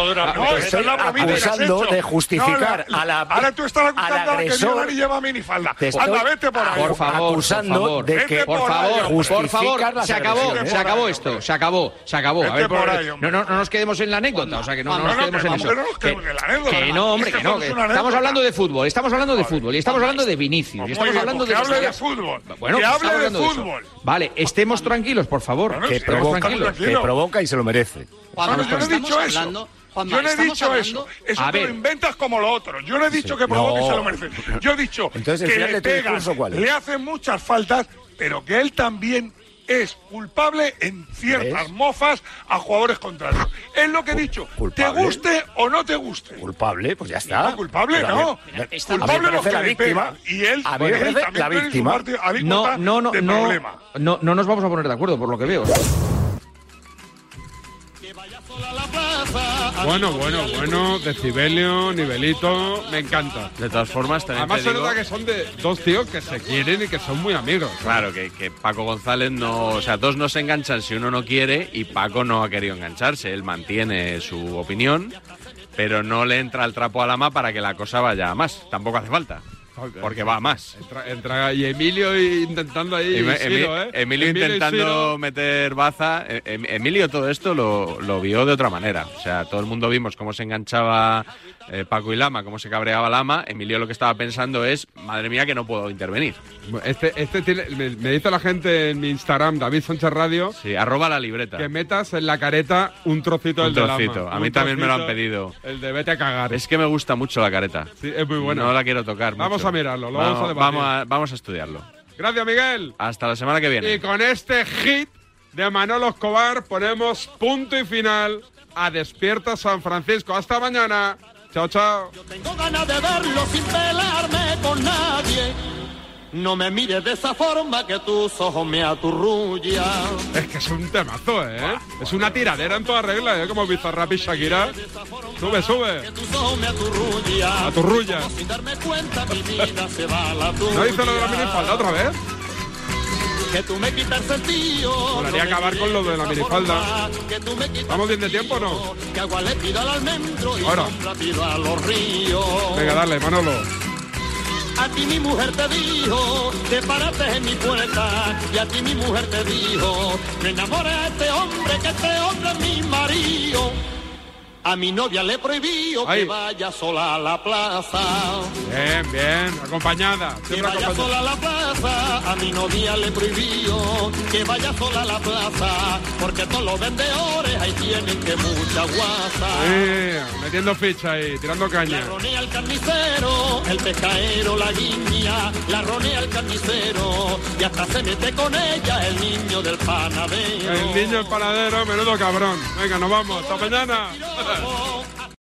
[SPEAKER 18] la bromita que has
[SPEAKER 16] acusando
[SPEAKER 18] hecho.
[SPEAKER 16] de justificar
[SPEAKER 18] No, la-
[SPEAKER 16] a la
[SPEAKER 18] Ahora tú estás
[SPEAKER 16] al
[SPEAKER 18] acusando a la que
[SPEAKER 16] agresor.
[SPEAKER 18] viola y lleva minifalda.
[SPEAKER 16] Te estoy
[SPEAKER 18] Anda, vete por ahí.
[SPEAKER 3] por favor,
[SPEAKER 16] acusando
[SPEAKER 3] por favor,
[SPEAKER 16] de que-
[SPEAKER 3] por favor, por
[SPEAKER 16] justificas
[SPEAKER 3] favor,
[SPEAKER 16] las
[SPEAKER 3] se acabó,
[SPEAKER 16] agresiones.
[SPEAKER 3] se acabó esto, se acabó, se acabó. A
[SPEAKER 16] Vete
[SPEAKER 3] ver,
[SPEAKER 16] por
[SPEAKER 3] por-
[SPEAKER 16] ahí,
[SPEAKER 3] no, no, no nos quedemos en la anécdota, o sea que no, no
[SPEAKER 16] Juanma,
[SPEAKER 3] nos
[SPEAKER 16] no,
[SPEAKER 3] quedemos en
[SPEAKER 16] que
[SPEAKER 3] eso.
[SPEAKER 16] vamos,
[SPEAKER 3] Que, que no, hombre, que no, que estamos
[SPEAKER 16] anécdota.
[SPEAKER 3] hablando de fútbol, estamos hablando de fútbol y estamos hablando de Vinicius, y
[SPEAKER 18] Muy
[SPEAKER 3] estamos
[SPEAKER 18] bien,
[SPEAKER 3] hablando
[SPEAKER 18] pues
[SPEAKER 3] de
[SPEAKER 18] que hable de
[SPEAKER 3] Cristiano.
[SPEAKER 18] fútbol. que
[SPEAKER 3] Bueno, pues
[SPEAKER 18] hable
[SPEAKER 3] estamos
[SPEAKER 18] de
[SPEAKER 3] hablando de eso.
[SPEAKER 18] fútbol.
[SPEAKER 3] Vale, estemos tranquilos, por favor,
[SPEAKER 16] que
[SPEAKER 3] estemos
[SPEAKER 16] provoca,
[SPEAKER 3] tranquilos.
[SPEAKER 16] que provoca y se lo merece.
[SPEAKER 18] Juanma, yo no he dicho eso. yo no he dicho eso. Eso
[SPEAKER 16] A
[SPEAKER 18] te lo
[SPEAKER 16] ver.
[SPEAKER 18] inventas como lo otro. Yo no he dicho
[SPEAKER 16] Sí.
[SPEAKER 18] que provoque y
[SPEAKER 16] No.
[SPEAKER 18] se lo merece. Yo he dicho
[SPEAKER 16] Entonces, el
[SPEAKER 18] que
[SPEAKER 16] final
[SPEAKER 18] le
[SPEAKER 16] de tu
[SPEAKER 18] pegan,
[SPEAKER 16] discurso, ¿cuál es?
[SPEAKER 18] le hacen muchas faltas, pero que él también es culpable en ciertas mofas a jugadores contrarios. Es lo que he dicho. Te guste o no te guste.
[SPEAKER 16] Culpable, pues ya está.
[SPEAKER 18] No, culpable
[SPEAKER 16] Pero a
[SPEAKER 18] no.
[SPEAKER 16] mí- a mí me
[SPEAKER 18] culpable los
[SPEAKER 16] parece
[SPEAKER 18] que
[SPEAKER 16] la
[SPEAKER 18] le
[SPEAKER 16] víctima.
[SPEAKER 18] pegan. Y él,
[SPEAKER 16] A mí me
[SPEAKER 18] él
[SPEAKER 16] parece
[SPEAKER 18] también
[SPEAKER 16] la
[SPEAKER 18] tiene su
[SPEAKER 16] víctima.
[SPEAKER 18] parte- alícuota
[SPEAKER 3] No, no, no,
[SPEAKER 18] de
[SPEAKER 3] no,
[SPEAKER 18] problema.
[SPEAKER 3] no, no nos vamos a poner de acuerdo por lo que veo.
[SPEAKER 1] Bueno, bueno, bueno, decibelio, nivelito, me encanta.
[SPEAKER 2] De todas formas, también
[SPEAKER 1] Además
[SPEAKER 2] te
[SPEAKER 1] se
[SPEAKER 2] digo-
[SPEAKER 1] nota que son de dos tíos que se quieren y que son muy amigos.
[SPEAKER 2] Claro, que, que Paco González no. O sea, dos no se enganchan si uno no quiere y Paco no ha querido engancharse. Él mantiene su opinión, pero no le entra el trapo a la ama para que la cosa vaya a más. Tampoco hace falta, porque va a más.
[SPEAKER 1] Entra, entra- y Emilio y- intentando ahí.
[SPEAKER 2] Emi-
[SPEAKER 1] Ciro,
[SPEAKER 2] Emi-
[SPEAKER 1] ¿eh?
[SPEAKER 2] Emilio
[SPEAKER 1] y Ciro.
[SPEAKER 2] intentando meter baza. Em- Em- Emilio todo esto lo, lo vio de otra manera. O sea, todo el mundo vimos cómo se enganchaba eh, Paco y Lama, cómo se cabreaba Lama. Emilio lo que estaba pensando es, madre mía, que no puedo intervenir.
[SPEAKER 1] Este, este tiene- me, me dice la gente en mi Instagram, David Sánchez Radio,
[SPEAKER 2] Sí, arroba la libreta.
[SPEAKER 1] que metas en la careta un trocito
[SPEAKER 2] Un
[SPEAKER 1] del de Lama.
[SPEAKER 2] trocito. A mí
[SPEAKER 1] Un
[SPEAKER 2] también me lo han
[SPEAKER 1] trocito,
[SPEAKER 2] pedido.
[SPEAKER 1] El de vete a cagar.
[SPEAKER 2] Es que me gusta mucho la careta.
[SPEAKER 1] Sí, es muy buena.
[SPEAKER 2] No la quiero tocar.
[SPEAKER 1] Vamos
[SPEAKER 2] mucho.
[SPEAKER 1] a mirarlo, lo vamos a debatir.
[SPEAKER 2] Vamos a, vamos a estudiarlo.
[SPEAKER 1] Gracias, Miguel.
[SPEAKER 2] Hasta la semana que viene.
[SPEAKER 1] Y con este hit de Manolo Escobar ponemos punto y final a Despierta San Francisco. Hasta mañana. Chao, chao.
[SPEAKER 46] Tengo ganas de verlo sin pelarme con nadie. No me mires de esa forma que tus ojos me aturrullan.
[SPEAKER 1] Es que es un temazo, ¿eh? es una tiradera en toda regla, ¿eh? Como Bizarrap y Shakira. Sube, sube.
[SPEAKER 46] Tus ojos me aturrullan.
[SPEAKER 1] Aturrullan.
[SPEAKER 46] Como sin darme cuenta mi vida se va a la tuya.
[SPEAKER 1] ¿No hizo lo de la minifalda otra vez?
[SPEAKER 46] Que tú me quitas el tío.
[SPEAKER 1] Molaría acabar con lo de la minifalda.
[SPEAKER 46] Que tú me quitas
[SPEAKER 1] ¿Vamos bien de tiempo o no?
[SPEAKER 46] que agua le pido al almendro y
[SPEAKER 1] Ahora.
[SPEAKER 46] sombra pido a los ríos.
[SPEAKER 1] Venga, dale, Manolo.
[SPEAKER 46] A ti mi mujer te dijo, te paraste en mi puerta. Y a ti mi mujer te dijo, me enamoré de este hombre, que este hombre es mi marido. A mi novia le prohibió que vaya sola a la plaza.
[SPEAKER 1] Bien, bien. Acompañada.
[SPEAKER 46] Que
[SPEAKER 1] Siempre
[SPEAKER 46] vaya
[SPEAKER 1] acompañada.
[SPEAKER 46] sola a la plaza, a mi novia le prohibió que vaya sola a la plaza, porque todos los vendedores ahí tienen que mucha guasa.
[SPEAKER 1] Eh, metiendo ficha ahí, tirando caña.
[SPEAKER 46] Ronea el carnicero, el pescaero, la guiña, la ronea el carnicero, y hasta se mete con ella el niño del panadero.
[SPEAKER 1] El niño el panadero, menudo cabrón. Venga, nos vamos. Hasta mañana.